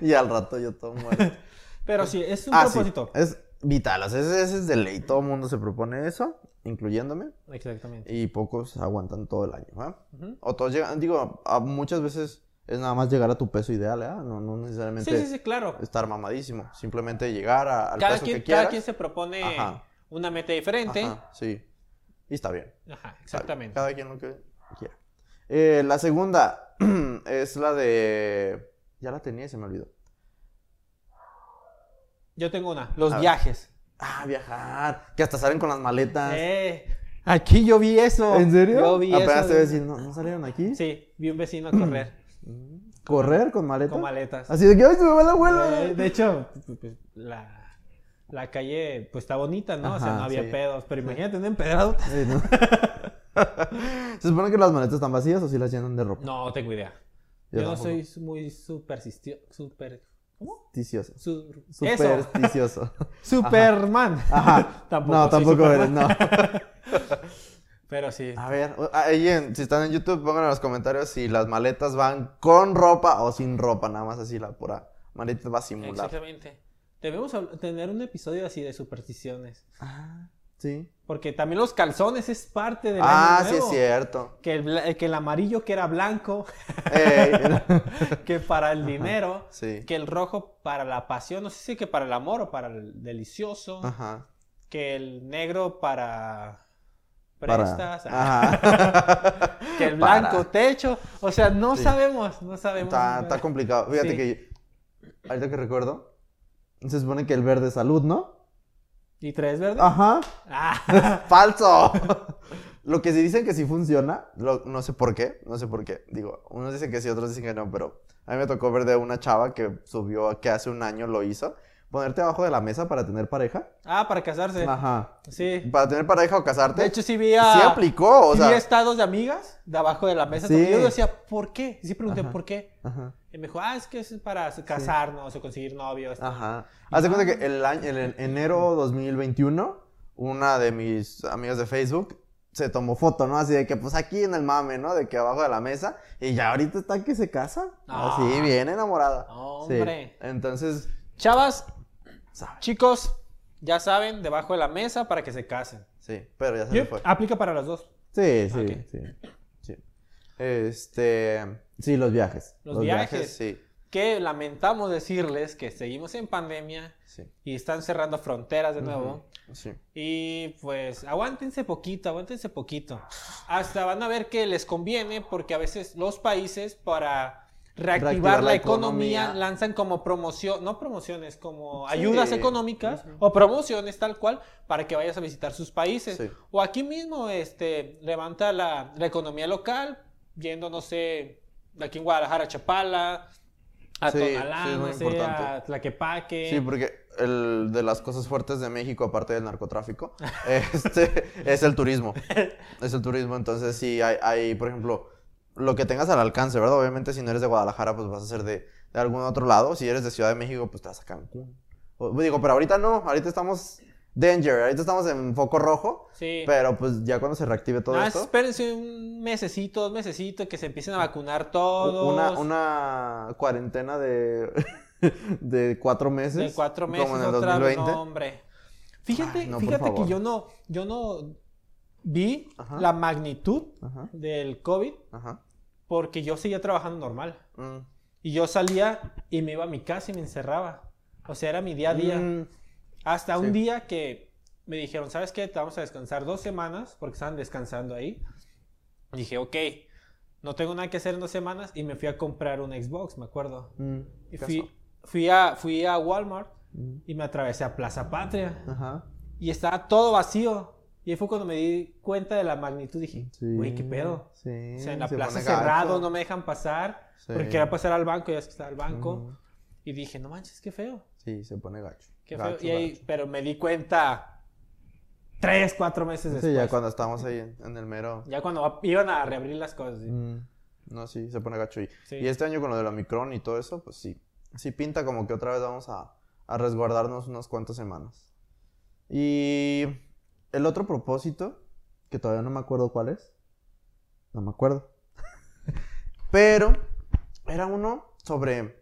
[SPEAKER 1] y al rato yo todo muerto.
[SPEAKER 2] pero sí, es un
[SPEAKER 1] Ah, sí.
[SPEAKER 2] propósito.
[SPEAKER 1] Es vital. o sea, ese, ese es de ley. Todo el mundo se propone eso, incluyéndome.
[SPEAKER 2] Exactamente.
[SPEAKER 1] Y pocos aguantan todo el año. ¿va?
[SPEAKER 2] Ujú.
[SPEAKER 1] O todos llegan, digo, a- muchas veces es nada más llegar a tu peso ideal, ¿eh? No, no necesariamente
[SPEAKER 2] Sí, sí, sí, claro.
[SPEAKER 1] estar mamadísimo, simplemente llegar a- al
[SPEAKER 2] Cada
[SPEAKER 1] peso
[SPEAKER 2] quien,
[SPEAKER 1] que
[SPEAKER 2] cada
[SPEAKER 1] quieras.
[SPEAKER 2] quien se propone
[SPEAKER 1] Ajá.
[SPEAKER 2] una meta diferente. Ajá,
[SPEAKER 1] Ajá, sí. Y está bien. está bien.
[SPEAKER 2] exactamente.
[SPEAKER 1] Cada quien lo que quiera. Eh, la segunda es la de... Ya la tenía y se me olvidó.
[SPEAKER 2] Yo tengo una, los
[SPEAKER 1] A ver.
[SPEAKER 2] viajes.
[SPEAKER 1] Ah, viajar. Que hasta salen con las maletas.
[SPEAKER 2] Eh, aquí yo vi eso.
[SPEAKER 1] Ah. ¿En serio?
[SPEAKER 2] Yo vi
[SPEAKER 1] Apenas
[SPEAKER 2] eso.
[SPEAKER 1] te voy a decir, ¿no, no salieron aquí?
[SPEAKER 2] Sí, vi un vecino correr.
[SPEAKER 1] Mm. correr con maleta.
[SPEAKER 2] con maletas.
[SPEAKER 1] Así de que, ay, se me va el abuelo.
[SPEAKER 2] Eh, de hecho, pues, la, la calle pues está bonita, ¿no? o sea,
[SPEAKER 1] Ajá,
[SPEAKER 2] no había
[SPEAKER 1] sí.
[SPEAKER 2] pedos, pero imagínate un empedrado.
[SPEAKER 1] Sí, ¿no? se supone que las maletas están vacías o si las llenan de ropa.
[SPEAKER 2] No, tengo idea.
[SPEAKER 1] Yo
[SPEAKER 2] Yo, no
[SPEAKER 1] tampoco.
[SPEAKER 2] soy muy superstitio, super, ¿cómo?
[SPEAKER 1] Ticioso.
[SPEAKER 2] Su- eso,
[SPEAKER 1] Supersticioso.
[SPEAKER 2] Superman.
[SPEAKER 1] Ajá.
[SPEAKER 2] Tampoco
[SPEAKER 1] no,
[SPEAKER 2] soy
[SPEAKER 1] tampoco
[SPEAKER 2] Superman.
[SPEAKER 1] eres, Ah, no.
[SPEAKER 2] Pero sí.
[SPEAKER 1] A ver, o- ahí en- si están en YouTube, pongan en los comentarios si las maletas van con ropa o sin ropa, nada más así la pura maleta va a simular.
[SPEAKER 2] Exactamente. Debemos habl- tener un episodio así de supersticiones.
[SPEAKER 1] Ah, sí.
[SPEAKER 2] Porque también los calzones es parte del
[SPEAKER 1] Ah,
[SPEAKER 2] año
[SPEAKER 1] sí es
[SPEAKER 2] nuevo.
[SPEAKER 1] cierto.
[SPEAKER 2] Que el, bla- que el amarillo que era blanco,
[SPEAKER 1] Ey,
[SPEAKER 2] que para el dinero,
[SPEAKER 1] sí.
[SPEAKER 2] que el rojo para la pasión, no sé si que para el amor o para el delicioso,
[SPEAKER 1] Ajá.
[SPEAKER 2] que el negro para
[SPEAKER 1] Para-
[SPEAKER 2] prestas,
[SPEAKER 1] Ajá.
[SPEAKER 2] que el blanco
[SPEAKER 1] Para.
[SPEAKER 2] techo, o sea, no
[SPEAKER 1] Sí.
[SPEAKER 2] sabemos, no sabemos.
[SPEAKER 1] Está, está complicado. Fíjate
[SPEAKER 2] Sí.
[SPEAKER 1] que yo- ahorita que recuerdo, se supone que el verde es salud, ¿no?
[SPEAKER 2] ¿Y tres verdes?
[SPEAKER 1] Ajá.
[SPEAKER 2] Ah,
[SPEAKER 1] Falso. Lo que sí dicen que sí funciona, lo- no sé por qué, no sé por qué. Digo, unos dicen que sí, otros dicen que no, pero a mí me tocó ver de una chava que subió, que hace un año lo hizo, ponerte abajo de la mesa para tener pareja.
[SPEAKER 2] ah, para casarse.
[SPEAKER 1] Ajá.
[SPEAKER 2] Sí.
[SPEAKER 1] Para tener pareja o casarte.
[SPEAKER 2] De hecho, sí vi a...
[SPEAKER 1] sí aplicó, o
[SPEAKER 2] sí vi
[SPEAKER 1] sea.
[SPEAKER 2] estados de amigas de abajo de la mesa.
[SPEAKER 1] Sí.
[SPEAKER 2] también. Yo decía, ¿por qué? Y sí pregunté,
[SPEAKER 1] Ajá.
[SPEAKER 2] ¿por qué?
[SPEAKER 1] Ajá.
[SPEAKER 2] Y me dijo, ah, es que es para casarnos o conseguir novios.
[SPEAKER 1] Ajá. Haz de cuenta que el año, en en enero 2021, una de mis amigas de Facebook se tomó foto, ¿no? Así de que, pues aquí en el mame, ¿no? De que abajo de la mesa. Y ya ahorita está que se casa.
[SPEAKER 2] Ah.
[SPEAKER 1] Así, bien enamorada. Sí.
[SPEAKER 2] Hombre.
[SPEAKER 1] Entonces,
[SPEAKER 2] Chavas,
[SPEAKER 1] ¿sabes?
[SPEAKER 2] chicos, ya saben, debajo de la mesa para que se casen.
[SPEAKER 1] Sí, pero ya se
[SPEAKER 2] Yo-
[SPEAKER 1] le fue.
[SPEAKER 2] aplica para los dos.
[SPEAKER 1] Sí, sí,
[SPEAKER 2] Ah, ok.
[SPEAKER 1] sí, sí. Este. Sí, los viajes.
[SPEAKER 2] Los viajes.
[SPEAKER 1] sí.
[SPEAKER 2] Que lamentamos decirles que seguimos en pandemia
[SPEAKER 1] Sí.
[SPEAKER 2] y están cerrando fronteras de nuevo.
[SPEAKER 1] Ujú, Sí.
[SPEAKER 2] Y pues aguántense poquito, aguántense poquito. Hasta van a ver que les conviene porque a veces los países para reactivar,
[SPEAKER 1] Reactivar
[SPEAKER 2] la,
[SPEAKER 1] la
[SPEAKER 2] economía,
[SPEAKER 1] economía.
[SPEAKER 2] lanzan como promoción, no promociones, como
[SPEAKER 1] Sí.
[SPEAKER 2] ayudas económicas
[SPEAKER 1] Ujú.
[SPEAKER 2] o promociones tal cual para que vayas a visitar sus países.
[SPEAKER 1] Sí.
[SPEAKER 2] O aquí mismo este levanta la, la economía local yendo no sé, de aquí en Guadalajara a Chapala, a
[SPEAKER 1] Sí,
[SPEAKER 2] Tonalá,
[SPEAKER 1] sí, es muy
[SPEAKER 2] no sé,
[SPEAKER 1] importante.
[SPEAKER 2] a Tlaquepaque.
[SPEAKER 1] Sí, porque el de las cosas fuertes de México, aparte del narcotráfico, este, es el turismo. Es el turismo, entonces sí, hay, hay, por ejemplo, lo que tengas al alcance, ¿verdad? Obviamente si no eres de Guadalajara, pues vas a ser de, de algún otro lado. Si eres de Ciudad de México, pues te vas a Cancún. O- digo, pero ahorita no, ahorita estamos danger, ahorita estamos en foco rojo,
[SPEAKER 2] Sí.
[SPEAKER 1] pero pues ya cuando se reactive todo
[SPEAKER 2] Nada más
[SPEAKER 1] esto...
[SPEAKER 2] Ah, espérense un mesecito, dos mesecitos, que se empiecen a vacunar
[SPEAKER 1] u-
[SPEAKER 2] todos.
[SPEAKER 1] Una, una cuarentena de, de cuatro meses.
[SPEAKER 2] de cuatro meses
[SPEAKER 1] Como en el
[SPEAKER 2] otra vez,
[SPEAKER 1] 2020.
[SPEAKER 2] no, hombre. Fíjate,
[SPEAKER 1] Ay, no, por
[SPEAKER 2] fíjate que
[SPEAKER 1] favor.
[SPEAKER 2] yo no, yo no vi
[SPEAKER 1] Ajá.
[SPEAKER 2] la magnitud
[SPEAKER 1] Ajá,
[SPEAKER 2] del COVID
[SPEAKER 1] ajá.
[SPEAKER 2] porque yo seguía trabajando normal.
[SPEAKER 1] Mm.
[SPEAKER 2] Y yo salía y me iba a mi casa y me encerraba. O sea, era mi día a día.
[SPEAKER 1] Mm.
[SPEAKER 2] Hasta
[SPEAKER 1] Sí.
[SPEAKER 2] un día que me dijeron, ¿sabes qué? Te vamos a descansar dos semanas porque estaban descansando ahí. Dije, ok, no tengo nada que hacer en dos semanas y me fui a comprar un Xbox, me acuerdo.
[SPEAKER 1] Mm,
[SPEAKER 2] Y
[SPEAKER 1] caso.
[SPEAKER 2] fui, fui, a, fui a Walmart
[SPEAKER 1] Mm,
[SPEAKER 2] y me atravesé a Plaza Patria
[SPEAKER 1] Ajá.
[SPEAKER 2] y estaba todo vacío. Y ahí fue cuando me di cuenta de la magnitud. Dije,
[SPEAKER 1] Sí,
[SPEAKER 2] güey, qué pedo.
[SPEAKER 1] sí,
[SPEAKER 2] O sea, en la
[SPEAKER 1] se
[SPEAKER 2] plaza
[SPEAKER 1] pone
[SPEAKER 2] cerrado,
[SPEAKER 1] gacho.
[SPEAKER 2] no me dejan pasar.
[SPEAKER 1] Sí.
[SPEAKER 2] Porque quería pasar al banco, ya es que estaba el banco.
[SPEAKER 1] Ujú.
[SPEAKER 2] Y dije, no manches, qué feo.
[SPEAKER 1] Sí, se pone gacho.
[SPEAKER 2] Qué feo.
[SPEAKER 1] Gacho,
[SPEAKER 2] Y ahí-
[SPEAKER 1] gacho.
[SPEAKER 2] pero me di cuenta tres, cuatro meses después.
[SPEAKER 1] Sí, ya cuando estamos ahí en, en el mero.
[SPEAKER 2] Ya cuando va- iban a reabrir las cosas. sí.
[SPEAKER 1] Mm, No, sí, se pone gacho. Y,
[SPEAKER 2] Sí.
[SPEAKER 1] y este año con lo del Omicron y todo eso, pues sí. Sí pinta como que otra vez vamos a, a resguardarnos unas cuantas semanas. Y el otro propósito, que todavía no me acuerdo cuál es. No me acuerdo. Pero era uno sobre...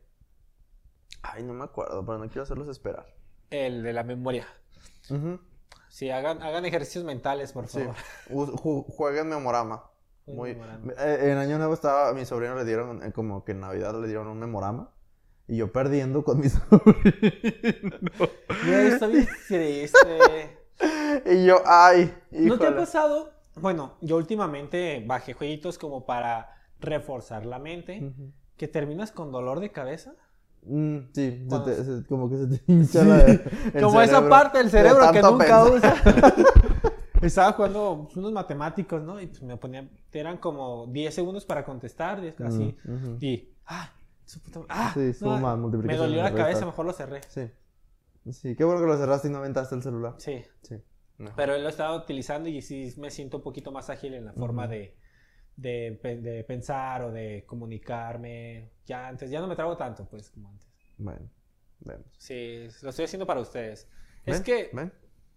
[SPEAKER 1] Ay, no me acuerdo, pero no quiero hacerlos esperar.
[SPEAKER 2] El de la memoria.
[SPEAKER 1] Ujú,
[SPEAKER 2] Sí, hagan, hagan ejercicios mentales, por
[SPEAKER 1] Sí.
[SPEAKER 2] favor.
[SPEAKER 1] Us- ju- Jueguen Memorama.
[SPEAKER 2] Un
[SPEAKER 1] Muy-
[SPEAKER 2] memorama.
[SPEAKER 1] eh, en Año Nuevo estaba, a mi sobrino le dieron, eh, como que en Navidad le dieron un memorama. Y yo perdiendo con mi sobrino.
[SPEAKER 2] Yo estoy bien triste.
[SPEAKER 1] y yo, ay,
[SPEAKER 2] ¿No te ha
[SPEAKER 1] híjole.
[SPEAKER 2] pasado? Bueno, yo últimamente bajé jueguitos como para reforzar la mente.
[SPEAKER 1] Ujú.
[SPEAKER 2] Que terminas con dolor de cabeza.
[SPEAKER 1] Mm, sí, se
[SPEAKER 2] Cuando-
[SPEAKER 1] te- se- como que se te hincha la- el
[SPEAKER 2] como esa
[SPEAKER 1] cerebro
[SPEAKER 2] parte del
[SPEAKER 1] de
[SPEAKER 2] cerebro que
[SPEAKER 1] tanto
[SPEAKER 2] nunca
[SPEAKER 1] pensar.
[SPEAKER 2] usa. Estaba jugando unos matemáticos, ¿no? Y pues me ponían, eran como 10 segundos para contestar, diez- así.
[SPEAKER 1] Mm, ujú.
[SPEAKER 2] Y, ah, Su puta- Ah,
[SPEAKER 1] Sí, suma,
[SPEAKER 2] me
[SPEAKER 1] multiplicación,
[SPEAKER 2] dolió la
[SPEAKER 1] resta.
[SPEAKER 2] cabeza, mejor lo cerré.
[SPEAKER 1] Sí. Sí, qué bueno que lo cerraste y no aventaste el celular.
[SPEAKER 2] Sí,
[SPEAKER 1] Sí. No.
[SPEAKER 2] pero lo estaba utilizando y sí me siento un poquito más ágil en la forma
[SPEAKER 1] Ujú.
[SPEAKER 2] de, de pe- de pensar o de comunicarme. Ya antes, ya no me trago tanto, pues, como antes.
[SPEAKER 1] Bueno, vemos.
[SPEAKER 2] Sí, lo estoy haciendo para ustedes. Es
[SPEAKER 1] ¿Ven?
[SPEAKER 2] que,
[SPEAKER 1] ¿Ven?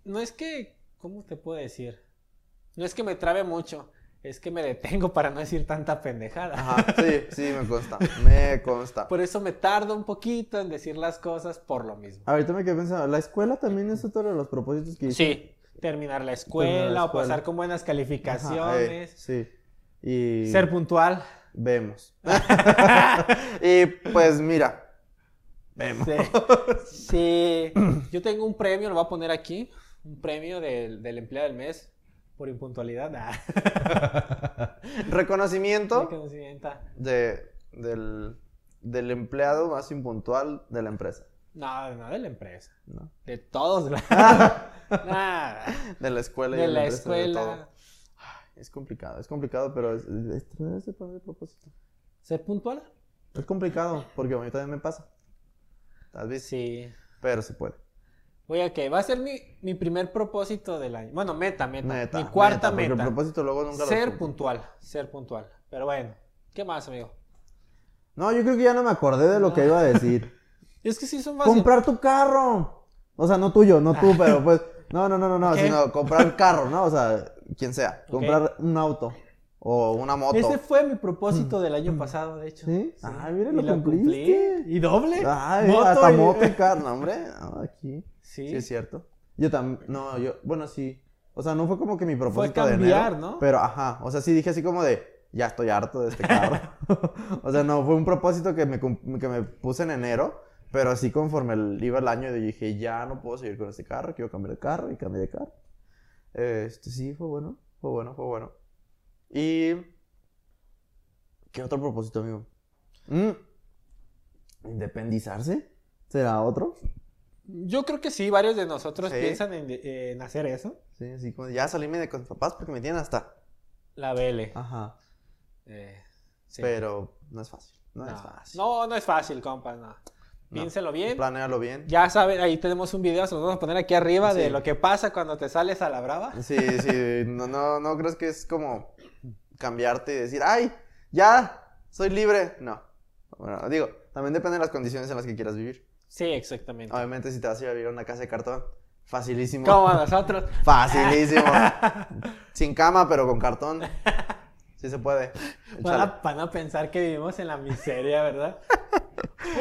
[SPEAKER 2] no es que, ¿cómo te puedo decir? No es que me trabe mucho, es que me detengo para no decir tanta pendejada.
[SPEAKER 1] Ajá, sí, sí, me consta. Me consta.
[SPEAKER 2] Por eso me tardo un poquito en decir las cosas por lo mismo.
[SPEAKER 1] Ahorita me quedé pensando, ¿la escuela también es otro de los propósitos que hice?
[SPEAKER 2] Sí, terminar la escuela, o
[SPEAKER 1] escuela.
[SPEAKER 2] pasar con buenas
[SPEAKER 1] Ajá, eh,
[SPEAKER 2] calificaciones,
[SPEAKER 1] sí. Y
[SPEAKER 2] ser puntual.
[SPEAKER 1] vemos. y pues mira, vemos.
[SPEAKER 2] Sí. Sí. Yo tengo un premio, lo voy a poner aquí, un premio del, del empleado del mes por impuntualidad. Nah.
[SPEAKER 1] Reconocimiento
[SPEAKER 2] Me consienta.
[SPEAKER 1] de, del, del empleado más impuntual de la empresa,
[SPEAKER 2] No, no de la empresa.
[SPEAKER 1] ¿no?
[SPEAKER 2] De todos. ¿verdad? Nada.
[SPEAKER 1] De la escuela y
[SPEAKER 2] De la
[SPEAKER 1] empresa, de todo.
[SPEAKER 2] escuela.
[SPEAKER 1] Es complicado, es complicado, pero es, es, es de poner propósito.
[SPEAKER 2] ¿Ser puntual?
[SPEAKER 1] Es complicado, porque a mí también me pasa. Tal vez sí,
[SPEAKER 2] Sí.
[SPEAKER 1] pero se puede.
[SPEAKER 2] Oye, ok, va a ser mi, mi primer propósito del año. Bueno, meta, meta.
[SPEAKER 1] Neta,
[SPEAKER 2] mi cuarta
[SPEAKER 1] porque
[SPEAKER 2] meta.
[SPEAKER 1] el propósito luego nunca lo
[SPEAKER 2] Ser
[SPEAKER 1] cumples.
[SPEAKER 2] puntual, ser puntual. Pero bueno, ¿qué más, amigo?
[SPEAKER 1] No, yo creo que ya no me acordé de lo que iba a decir.
[SPEAKER 2] Es que Pues sí son fáciles.
[SPEAKER 1] comprar tu carro. O sea, no tuyo, no tú, pero pues. No, no, no, no, no,
[SPEAKER 2] Ok.
[SPEAKER 1] sino comprar un carro, ¿no? O sea, quien sea.
[SPEAKER 2] Ok.
[SPEAKER 1] Comprar un auto o una moto.
[SPEAKER 2] Ese fue mi propósito del año pasado, de hecho.
[SPEAKER 1] ¿Sí? Ah, mira,
[SPEAKER 2] Y
[SPEAKER 1] lo cumpliste.
[SPEAKER 2] cumplí. ¿Y doble?
[SPEAKER 1] Ay,
[SPEAKER 2] Moto
[SPEAKER 1] hasta
[SPEAKER 2] y-
[SPEAKER 1] moto y carro, no, hombre. Ah, aquí.
[SPEAKER 2] Sí.
[SPEAKER 1] ¿Sí? es cierto. Yo también. No, yo. Bueno, sí. O sea, no fue como que mi propósito de
[SPEAKER 2] cambiar,
[SPEAKER 1] enero,
[SPEAKER 2] ¿no?
[SPEAKER 1] Pero ajá. O sea, sí dije así como de. Ya estoy harto de este carro. o sea, no, fue un propósito que me, cum- que me puse en enero. Pero así conforme el- iba el año, yo dije, ya no puedo seguir con este carro, quiero cambiar de carro y cambié de carro. Este sí, fue bueno, fue bueno, fue bueno. ¿Y qué otro propósito, amigo? Mm. ¿Independizarse? ¿Será otro?
[SPEAKER 2] Yo creo que sí, varios de nosotros
[SPEAKER 1] Sí.
[SPEAKER 2] piensan en, en hacer eso.
[SPEAKER 1] Sí, así como ya salíme de con mis papás porque me tienen hasta.
[SPEAKER 2] La vele.
[SPEAKER 1] Ajá.
[SPEAKER 2] Eh, sí.
[SPEAKER 1] Pero no es fácil. No,
[SPEAKER 2] no,
[SPEAKER 1] es fácil.
[SPEAKER 2] no, no es fácil, compa, no. Piénselo bien.
[SPEAKER 1] Planéalo bien.
[SPEAKER 2] Ya saben, ahí tenemos un video, se los vamos a poner aquí arriba de
[SPEAKER 1] Sí.
[SPEAKER 2] lo que pasa cuando te sales a la brava.
[SPEAKER 1] Sí, sí. No, no, no crees que es como cambiarte y decir, ay, ya, soy libre. No. Bueno, digo, también depende de las condiciones en las que quieras vivir.
[SPEAKER 2] Sí, exactamente.
[SPEAKER 1] Obviamente, si te vas a ir a vivir a una casa de cartón, facilísimo.
[SPEAKER 2] Como a nosotros.
[SPEAKER 1] Facilísimo. Sin cama, pero con cartón. Sí se puede. Échale.
[SPEAKER 2] Para, para no pensar que vivimos en la miseria, ¿verdad?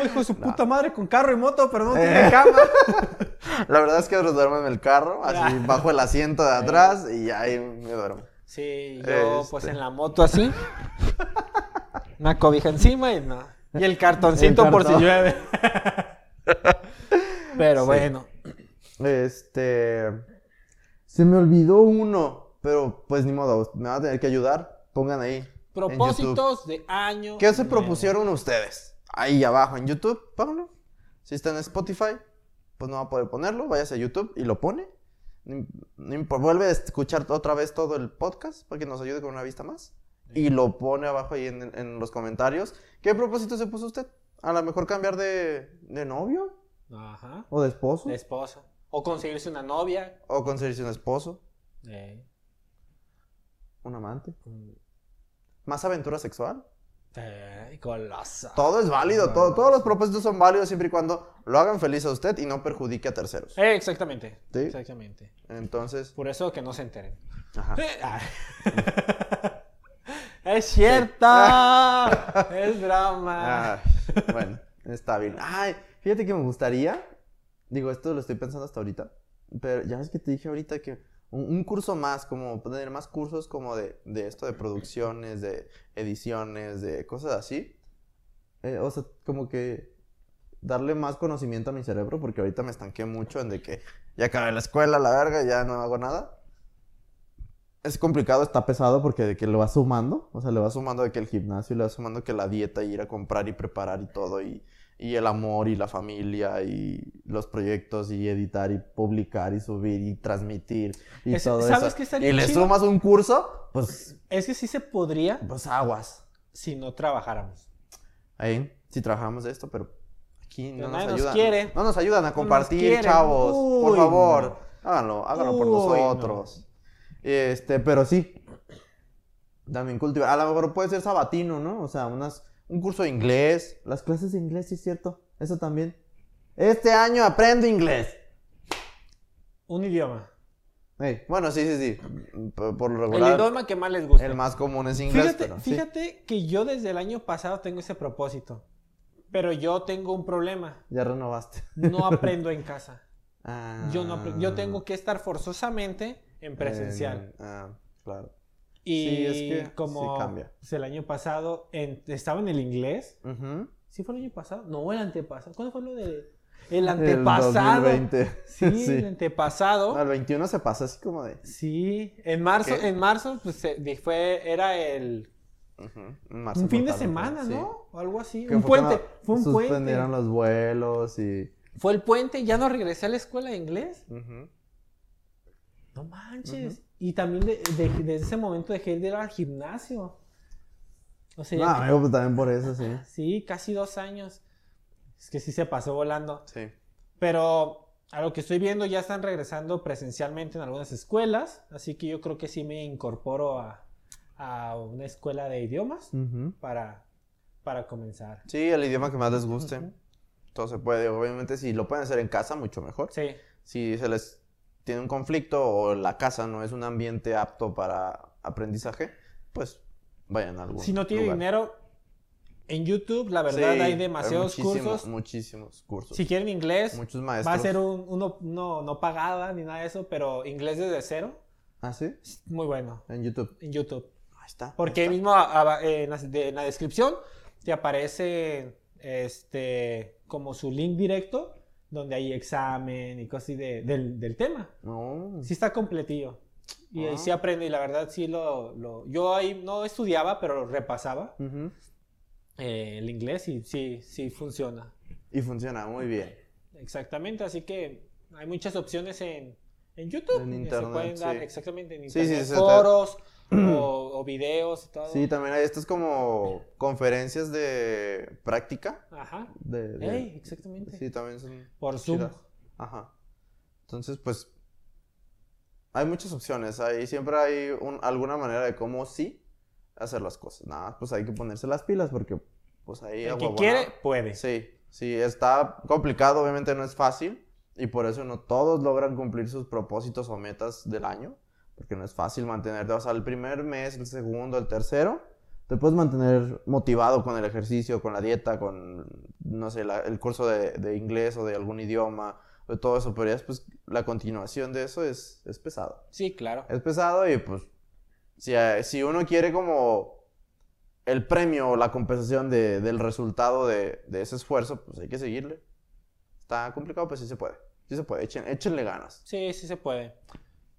[SPEAKER 2] Uy, hijo de su puta madre con carro y moto, pero no tiene
[SPEAKER 1] Eh.
[SPEAKER 2] cama.
[SPEAKER 1] La verdad es que duermo en el carro, así bajo el asiento de atrás y ahí me duermo.
[SPEAKER 2] Sí, yo pues
[SPEAKER 1] Este.
[SPEAKER 2] en la moto así. Una cobija encima y no. Y el cartoncito
[SPEAKER 1] El
[SPEAKER 2] por si
[SPEAKER 1] cartón.
[SPEAKER 2] llueve. Pero
[SPEAKER 1] Sí.
[SPEAKER 2] bueno.
[SPEAKER 1] Este. Se me olvidó uno, pero pues ni modo, me van a tener que ayudar. Pongan ahí. en YouTube.
[SPEAKER 2] Propósitos de año.
[SPEAKER 1] ¿Qué se
[SPEAKER 2] nuevo.
[SPEAKER 1] propusieron ustedes? Ahí abajo en YouTube, pónganlo. Si está en Spotify, pues no va a poder ponerlo. Váyase a YouTube y lo pone. Ni- ni impo- Vuelve a escuchar otra vez todo el podcast para que nos ayude con una vista más. Y lo pone abajo ahí en, en los comentarios. ¿Qué propósito se puso usted? A lo mejor cambiar de, de novio
[SPEAKER 2] Ajá.
[SPEAKER 1] o de esposo.
[SPEAKER 2] De esposa. O conseguirse una novia.
[SPEAKER 1] O conseguirse un esposo,
[SPEAKER 2] Eh,
[SPEAKER 1] un amante.
[SPEAKER 2] un-
[SPEAKER 1] Más aventura sexual.
[SPEAKER 2] eh, golosa.
[SPEAKER 1] Todo es válido, todo- todos los propósitos son válidos siempre y cuando lo hagan feliz a usted y no perjudique a terceros.
[SPEAKER 2] Eh, exactamente.
[SPEAKER 1] Sí.
[SPEAKER 2] Exactamente.
[SPEAKER 1] Entonces,
[SPEAKER 2] Por eso que no se enteren.
[SPEAKER 1] ajá.
[SPEAKER 2] Eh, ah. es cierto. es drama.
[SPEAKER 1] Ay, Ah, bueno, está bien. Ay, fíjate que me gustaría, digo, esto lo estoy pensando hasta ahorita, pero ya ves que te dije ahorita que un, un curso más, como tener más cursos como de, de esto, de producciones, de ediciones, de cosas así. Eh, o sea, como que darle más conocimiento a mi cerebro, porque ahorita me estanqué mucho en de que ya acabé la escuela, la verga, ya no hago nada. Es complicado, está pesado porque de que lo vas sumando, o sea, le vas sumando de que el gimnasio, le vas sumando que la dieta y ir a comprar y preparar y todo, y, y el amor y la familia y los proyectos y editar y publicar y subir y transmitir y
[SPEAKER 2] Es-
[SPEAKER 1] todo
[SPEAKER 2] ¿sabes
[SPEAKER 1] eso.
[SPEAKER 2] qué estaría
[SPEAKER 1] y le
[SPEAKER 2] chido?
[SPEAKER 1] sumas un curso, pues,
[SPEAKER 2] Es que sí se podría
[SPEAKER 1] pues aguas.
[SPEAKER 2] si no trabajáramos.
[SPEAKER 1] Ahí. si trabajamos de esto, pero aquí no
[SPEAKER 2] Pero
[SPEAKER 1] nos
[SPEAKER 2] nadie nos
[SPEAKER 1] ayudan.
[SPEAKER 2] quiere.
[SPEAKER 1] No nos ayudan a compartir,
[SPEAKER 2] quieren.
[SPEAKER 1] chavos. por
[SPEAKER 2] Uy,
[SPEAKER 1] favor, háganlo, háganlo por
[SPEAKER 2] Uy, no.
[SPEAKER 1] nosotros. Este, pero sí. También cultivar. A lo mejor puede ser sabatino, ¿no? O sea, unas, un curso de inglés. Las clases de inglés, sí es cierto. Eso también. Este año aprendo inglés.
[SPEAKER 2] Un idioma.
[SPEAKER 1] Ey, bueno, sí, sí, sí. Por, por lo
[SPEAKER 2] El
[SPEAKER 1] regular,
[SPEAKER 2] idioma que más les gusta.
[SPEAKER 1] el, más común es inglés.
[SPEAKER 2] Fíjate,
[SPEAKER 1] pero sí.
[SPEAKER 2] fíjate que yo desde el año pasado tengo ese propósito. Pero yo tengo un problema.
[SPEAKER 1] Ya renovaste.
[SPEAKER 2] No aprendo en casa.
[SPEAKER 1] Ah,
[SPEAKER 2] Yo, no, apre- yo tengo que estar forzosamente en presencial.
[SPEAKER 1] en- ah, claro.
[SPEAKER 2] y
[SPEAKER 1] Eh, sí, es que
[SPEAKER 2] como
[SPEAKER 1] sí cambia.
[SPEAKER 2] pues, el año pasado en- estaba en el inglés.
[SPEAKER 1] Ujú.
[SPEAKER 2] ¿Sí fue el año pasado? No, el antepasado. ¿Cuándo fue lo de...? El
[SPEAKER 1] El
[SPEAKER 2] antepasado.
[SPEAKER 1] 2020.
[SPEAKER 2] Sí,
[SPEAKER 1] Sí.
[SPEAKER 2] el antepasado.
[SPEAKER 1] No, el 21 se pasa así como de.
[SPEAKER 2] Sí, en marzo,
[SPEAKER 1] ¿Qué?
[SPEAKER 2] en marzo pues, se- di- fue, era el
[SPEAKER 1] ujú, en marzo
[SPEAKER 2] un fin de
[SPEAKER 1] mortal,
[SPEAKER 2] semana,
[SPEAKER 1] sí.
[SPEAKER 2] ¿no? O algo así.
[SPEAKER 1] Que
[SPEAKER 2] Un
[SPEAKER 1] fue
[SPEAKER 2] puente,
[SPEAKER 1] cuando
[SPEAKER 2] fue un puente.
[SPEAKER 1] Suspendieron los vuelos y.
[SPEAKER 2] Fue el puente, ya no regresé a la escuela de inglés.
[SPEAKER 1] ujú.
[SPEAKER 2] No manches. Y también de- de- desde ese momento dejé de ir al gimnasio. O sea,
[SPEAKER 1] No,
[SPEAKER 2] ya-
[SPEAKER 1] amigo, pues también por eso, sí.
[SPEAKER 2] sí, casi dos años. Es que sí se pasó volando.
[SPEAKER 1] Sí.
[SPEAKER 2] Pero a lo que estoy viendo ya están regresando presencialmente en algunas escuelas. Así que yo creo que sí me incorporo a, a una escuela de idiomas.
[SPEAKER 1] Ujú.
[SPEAKER 2] para, para comenzar.
[SPEAKER 1] Sí, el idioma que más les guste. Todo se puede. Obviamente, si lo pueden hacer en casa, mucho mejor.
[SPEAKER 2] Sí,
[SPEAKER 1] si se les tiene un conflicto o la casa no es un ambiente apto para aprendizaje, pues vayan a algún
[SPEAKER 2] si no tiene
[SPEAKER 1] lugar.
[SPEAKER 2] dinero, en YouTube, la verdad,
[SPEAKER 1] Sí,
[SPEAKER 2] hay demasiados
[SPEAKER 1] muchísimos,
[SPEAKER 2] cursos.
[SPEAKER 1] Muchísimos cursos.
[SPEAKER 2] Si quieren inglés,
[SPEAKER 1] Muchos
[SPEAKER 2] va
[SPEAKER 1] maestros.
[SPEAKER 2] a ser un, uno, no, no pagada ni nada de eso, pero inglés desde cero,
[SPEAKER 1] ¿Ah, sí?
[SPEAKER 2] es muy bueno
[SPEAKER 1] En YouTube.
[SPEAKER 2] en YouTube.
[SPEAKER 1] Ahí está.
[SPEAKER 2] Porque ahí mismo a- a- en, la, de- en la descripción te aparece este, como su link directo, donde hay examen y cosas así de- del, del tema.
[SPEAKER 1] No.
[SPEAKER 2] Sí está completillo. Y
[SPEAKER 1] Ah.
[SPEAKER 2] sí aprendo y la verdad sí lo, lo- Yo ahí no estudiaba, pero repasaba
[SPEAKER 1] Ujú.
[SPEAKER 2] eh, el inglés y sí, sí funciona.
[SPEAKER 1] Y funciona muy bien.
[SPEAKER 2] Exactamente, así que hay muchas opciones en, en YouTube.
[SPEAKER 1] En
[SPEAKER 2] que se
[SPEAKER 1] internet,
[SPEAKER 2] pueden dar
[SPEAKER 1] sí.
[SPEAKER 2] exactamente en
[SPEAKER 1] Sí, sí,
[SPEAKER 2] internet.
[SPEAKER 1] se te-
[SPEAKER 2] foros o, o videos y todo.
[SPEAKER 1] Sí, también hay estas como conferencias de práctica.
[SPEAKER 2] Ajá.
[SPEAKER 1] De, de-
[SPEAKER 2] Ey, exactamente.
[SPEAKER 1] Sí, también son...
[SPEAKER 2] Por Zoom.
[SPEAKER 1] chidas. Ajá. Entonces, pues, hay muchas opciones. Hay, siempre hay un- alguna manera de cómo sí hacer las cosas. Nada, pues hay que ponerse las pilas porque, pues ahí... a
[SPEAKER 2] El que
[SPEAKER 1] huevo,
[SPEAKER 2] quiere,
[SPEAKER 1] nada.
[SPEAKER 2] puede.
[SPEAKER 1] Sí, sí, está complicado, obviamente no es fácil. Y por eso no todos logran cumplir sus propósitos o metas del año. Porque no es fácil mantenerte, o sea, el primer mes, el segundo, el tercero. Te puedes mantener motivado con el ejercicio, con la dieta, con, no sé, la- el curso de, de inglés o de algún idioma, de todo eso. Pero ya después la continuación de eso es, es pesado.
[SPEAKER 2] Sí, claro.
[SPEAKER 1] Es pesado y pues si, eh, si uno quiere como el premio o la compensación de- del resultado de, de ese esfuerzo, pues hay que seguirle. Está complicado, pues sí se puede. Sí se puede, echen- échenle ganas.
[SPEAKER 2] Sí, sí se puede.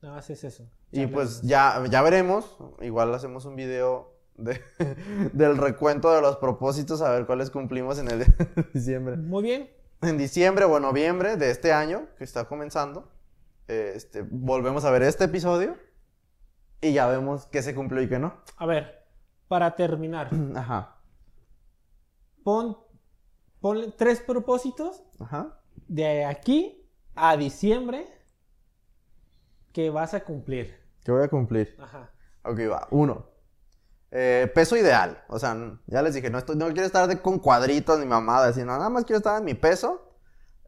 [SPEAKER 2] Nada más es eso.
[SPEAKER 1] Y pues ya,
[SPEAKER 2] Hablamos.
[SPEAKER 1] ya veremos. Igual hacemos un video de- del recuento de los propósitos, a ver cuáles cumplimos en el de diciembre.
[SPEAKER 2] Muy bien.
[SPEAKER 1] en diciembre o en noviembre de este año que está comenzando, eh, este, volvemos a ver este episodio y ya vemos qué se cumplió y qué no.
[SPEAKER 2] A ver, para terminar.
[SPEAKER 1] Ajá,
[SPEAKER 2] pon, ponle tres propósitos
[SPEAKER 1] ajá.
[SPEAKER 2] de aquí a diciembre que vas a cumplir.
[SPEAKER 1] ¿Qué voy a cumplir?
[SPEAKER 2] Ajá.
[SPEAKER 1] Ok, va. Uno. Eh, peso ideal. O sea, n- ya les dije, no, estoy, no quiero estar de- con cuadritos ni mamadas, sino nada más quiero estar en mi peso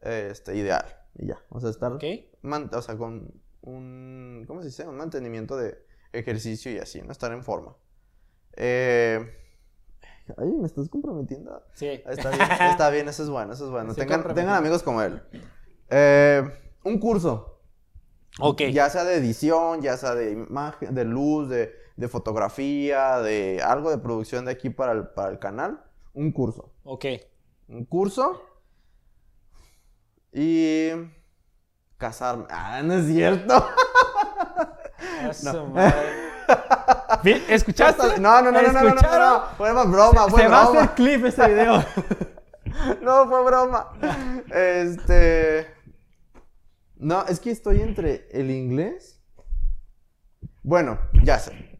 [SPEAKER 1] eh, este, ideal. Y ya. O sea, estar
[SPEAKER 2] ¿Ok?
[SPEAKER 1] man- o sea, con un, ¿cómo se dice? Un mantenimiento de ejercicio y así, ¿no? Estar en forma. Eh, ay, me estás comprometiendo. a-
[SPEAKER 2] Sí.
[SPEAKER 1] Está bien, está bien, eso es bueno, eso es bueno.
[SPEAKER 2] Estoy
[SPEAKER 1] Tengan,
[SPEAKER 2] comprometido.
[SPEAKER 1] tengan amigos como él. Eh, un curso,
[SPEAKER 2] Ok.
[SPEAKER 1] ya sea de edición, ya sea de imagen, de luz, de, de fotografía, de algo de producción de aquí para el, para el canal, un curso
[SPEAKER 2] Ok.
[SPEAKER 1] un curso y casarme. Ah, no es cierto.
[SPEAKER 2] A su madre. Bien, ¿Escuchaste?
[SPEAKER 1] No, no, no, no, no, no, no,
[SPEAKER 2] ¿Escucharon?
[SPEAKER 1] no. Fue una broma, fue
[SPEAKER 2] Se va a hacer
[SPEAKER 1] broma.
[SPEAKER 2] clip ese video.
[SPEAKER 1] No, fue broma. Este No, es que estoy entre el inglés. Bueno, ya sé.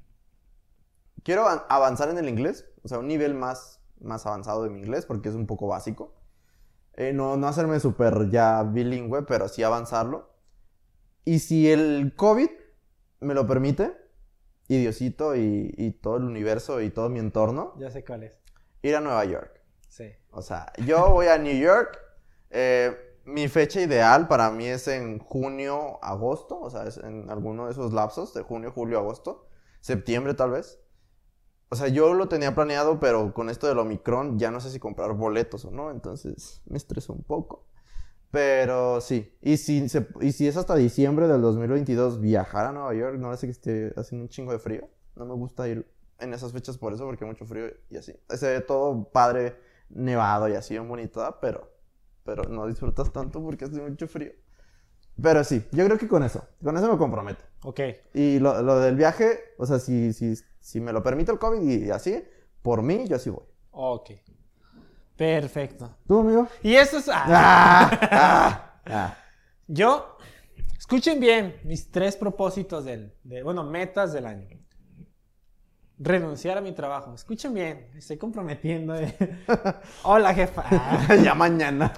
[SPEAKER 1] Quiero avan- avanzar en el inglés, o sea, un nivel más más avanzado de mi inglés, porque es un poco básico. Eh, no, no hacerme súper ya bilingüe, pero sí avanzarlo. Y si el COVID me lo permite, y Diosito y, y todo el universo y todo mi entorno,
[SPEAKER 2] Ya sé cuál es.
[SPEAKER 1] ir a Nueva York.
[SPEAKER 2] Sí.
[SPEAKER 1] O sea, yo voy a New York. eh, mi fecha ideal para mí es en junio, agosto. O sea, es en alguno de esos lapsos de junio, julio, agosto. Septiembre tal vez. O sea, yo lo tenía planeado, pero con esto del Omicron ya no sé si comprar boletos o no. Entonces me estresó un poco. Pero sí. Y si, se- y si es hasta diciembre del 2022 viajar a Nueva York, no hace que esté haciendo un chingo de frío. No me gusta ir en esas fechas por eso, porque hay mucho frío y así. Se ve todo padre nevado y así bien bonita, pero, pero no disfrutas tanto porque hace mucho frío. Pero sí, yo creo que con eso, con eso me comprometo.
[SPEAKER 2] Ok.
[SPEAKER 1] Y lo, lo del viaje, o sea, si, si, si me lo permite el COVID y, y así, por mí yo sí voy.
[SPEAKER 2] Ok. Perfecto.
[SPEAKER 1] ¿Tú, amigo?
[SPEAKER 2] Y eso es. ah,
[SPEAKER 1] ¡Ah! ¡Ah! ¡Ah!
[SPEAKER 2] Yo. Escuchen bien mis tres propósitos del. de- bueno, metas del año. Renunciar a mi trabajo. Escuchen bien. Me estoy comprometiendo. eh. Hola, jefa. Ah,
[SPEAKER 1] ya mañana.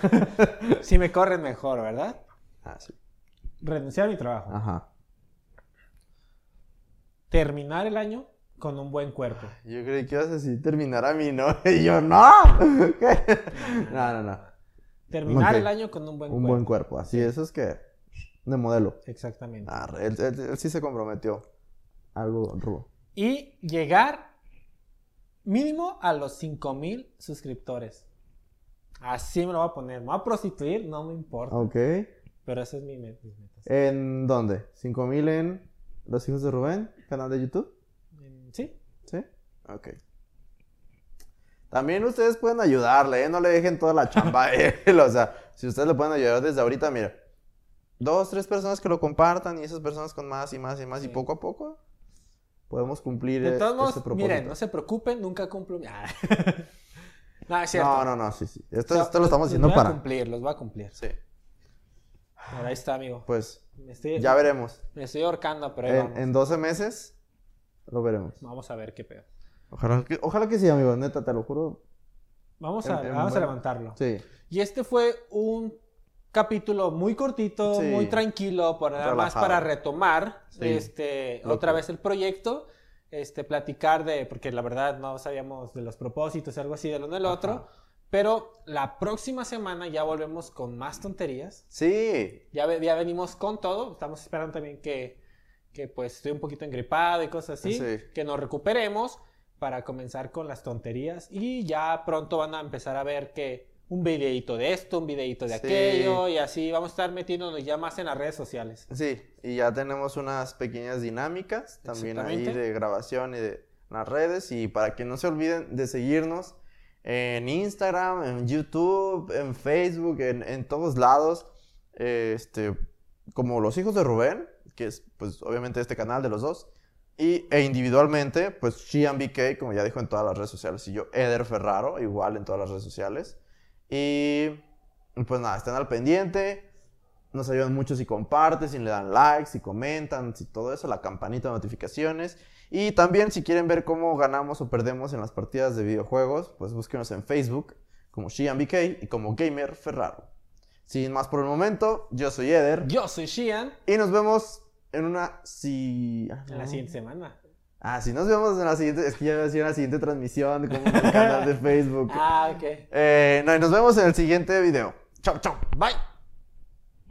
[SPEAKER 2] si me corren mejor, ¿verdad?
[SPEAKER 1] Ah, sí.
[SPEAKER 2] Renunciar a mi trabajo.
[SPEAKER 1] Ajá.
[SPEAKER 2] Terminar el año con un buen cuerpo.
[SPEAKER 1] Yo creí que ibas a decir terminar a mí, ¿no? Y yo, ¡no! ¿Qué? No, no, no.
[SPEAKER 2] Terminar
[SPEAKER 1] Ok.
[SPEAKER 2] el año con un buen
[SPEAKER 1] Un
[SPEAKER 2] cuerpo.
[SPEAKER 1] buen cuerpo, así, eso es que... De modelo.
[SPEAKER 2] Exactamente.
[SPEAKER 1] Ah, él, él- él sí se comprometió. Algo rubo.
[SPEAKER 2] Y llegar mínimo a los 5000 suscriptores. Así me lo voy a poner. Me voy a prostituir, no me importa.
[SPEAKER 1] Ok. Eh,
[SPEAKER 2] Pero esa es mi met- mis metas.
[SPEAKER 1] ¿En dónde? ¿5000 en Los Hijos de Rubén? ¿Canal de YouTube?
[SPEAKER 2] Mm, Sí,
[SPEAKER 1] ¿Sí? Ok. También ustedes pueden ayudarle, ¿eh? No le dejen toda la chamba a él. O sea, si ustedes le pueden ayudar desde ahorita, mira. Dos, tres personas que lo compartan y esas personas con más y más y más.
[SPEAKER 2] Sí.
[SPEAKER 1] Y poco a poco podemos cumplir
[SPEAKER 2] de
[SPEAKER 1] eh,
[SPEAKER 2] todos modos,
[SPEAKER 1] este propósito.
[SPEAKER 2] miren, no se preocupen, nunca cumplo. mi- Ah. no, es cierto.
[SPEAKER 1] no, no, no, sí, sí. Esto,
[SPEAKER 2] O sea,
[SPEAKER 1] esto lo estamos
[SPEAKER 2] los
[SPEAKER 1] haciendo
[SPEAKER 2] voy a
[SPEAKER 1] para...
[SPEAKER 2] cumplir, los voy a cumplir.
[SPEAKER 1] Sí.
[SPEAKER 2] Pero ahí está, amigo.
[SPEAKER 1] Pues
[SPEAKER 2] Me estoy,
[SPEAKER 1] ya veremos.
[SPEAKER 2] me estoy ahorcando, pero ahí
[SPEAKER 1] En,
[SPEAKER 2] vamos.
[SPEAKER 1] Eh, en 12 meses lo veremos.
[SPEAKER 2] Vamos a ver qué pedo.
[SPEAKER 1] Ojalá que, ojalá que sí, amigo, neta, te lo juro.
[SPEAKER 2] Vamos a,
[SPEAKER 1] En- en
[SPEAKER 2] vamos a
[SPEAKER 1] buen-
[SPEAKER 2] levantarlo.
[SPEAKER 1] Sí.
[SPEAKER 2] Y este fue un capítulo muy cortito,
[SPEAKER 1] Sí.
[SPEAKER 2] muy tranquilo, para nada más
[SPEAKER 1] Relajado.
[SPEAKER 2] para retomar
[SPEAKER 1] Sí.
[SPEAKER 2] este,
[SPEAKER 1] Lo
[SPEAKER 2] otra
[SPEAKER 1] que-
[SPEAKER 2] vez el proyecto, este, platicar de, porque la verdad no sabíamos de los propósitos, algo así del uno del otro, pero la próxima semana ya volvemos con más tonterías,
[SPEAKER 1] Sí.
[SPEAKER 2] ya, ve- ya venimos con todo, estamos esperando también que, que pues estoy un poquito engripado y cosas así,
[SPEAKER 1] Sí.
[SPEAKER 2] que nos recuperemos para comenzar con las tonterías y ya pronto van a empezar a ver que un videíto de esto, un videíto de
[SPEAKER 1] Sí.
[SPEAKER 2] aquello y así vamos a estar metiéndonos ya más en las redes sociales.
[SPEAKER 1] Sí. Y ya tenemos unas pequeñas dinámicas también ahí
[SPEAKER 2] Exactamente.
[SPEAKER 1] de grabación y de las redes. Y para que no se olviden de seguirnos en Instagram, en YouTube, en Facebook, en, en todos lados. Eh, Este, como los hijos de Rubén, que es pues obviamente este canal de los dos. Y, e individualmente, pues Sheehan BK, como ya dijo, en todas las redes sociales. Y yo, Eder Ferraro, igual en todas las redes sociales. Y y pues nada, estén al pendiente. Nos ayudan mucho si comparten, si le dan likes, si comentan, si todo eso, la campanita de notificaciones. Y también si quieren ver cómo ganamos o perdemos en las partidas de videojuegos, pues búsquenos en Facebook como SheehanBK y como Gamer Ferraro. Sin más por el momento, yo soy Eder.
[SPEAKER 2] Yo soy Shian,
[SPEAKER 1] Y nos vemos en una... Si... ah,
[SPEAKER 2] en la
[SPEAKER 1] no.
[SPEAKER 2] siguiente semana.
[SPEAKER 1] Ah, sí, nos vemos en la siguiente... Es que ya iba a decir en la siguiente transmisión de como en el canal de Facebook.
[SPEAKER 2] Ah, ok.
[SPEAKER 1] Eh, no, y nos vemos en el siguiente video. Chao, chao.
[SPEAKER 2] Bye.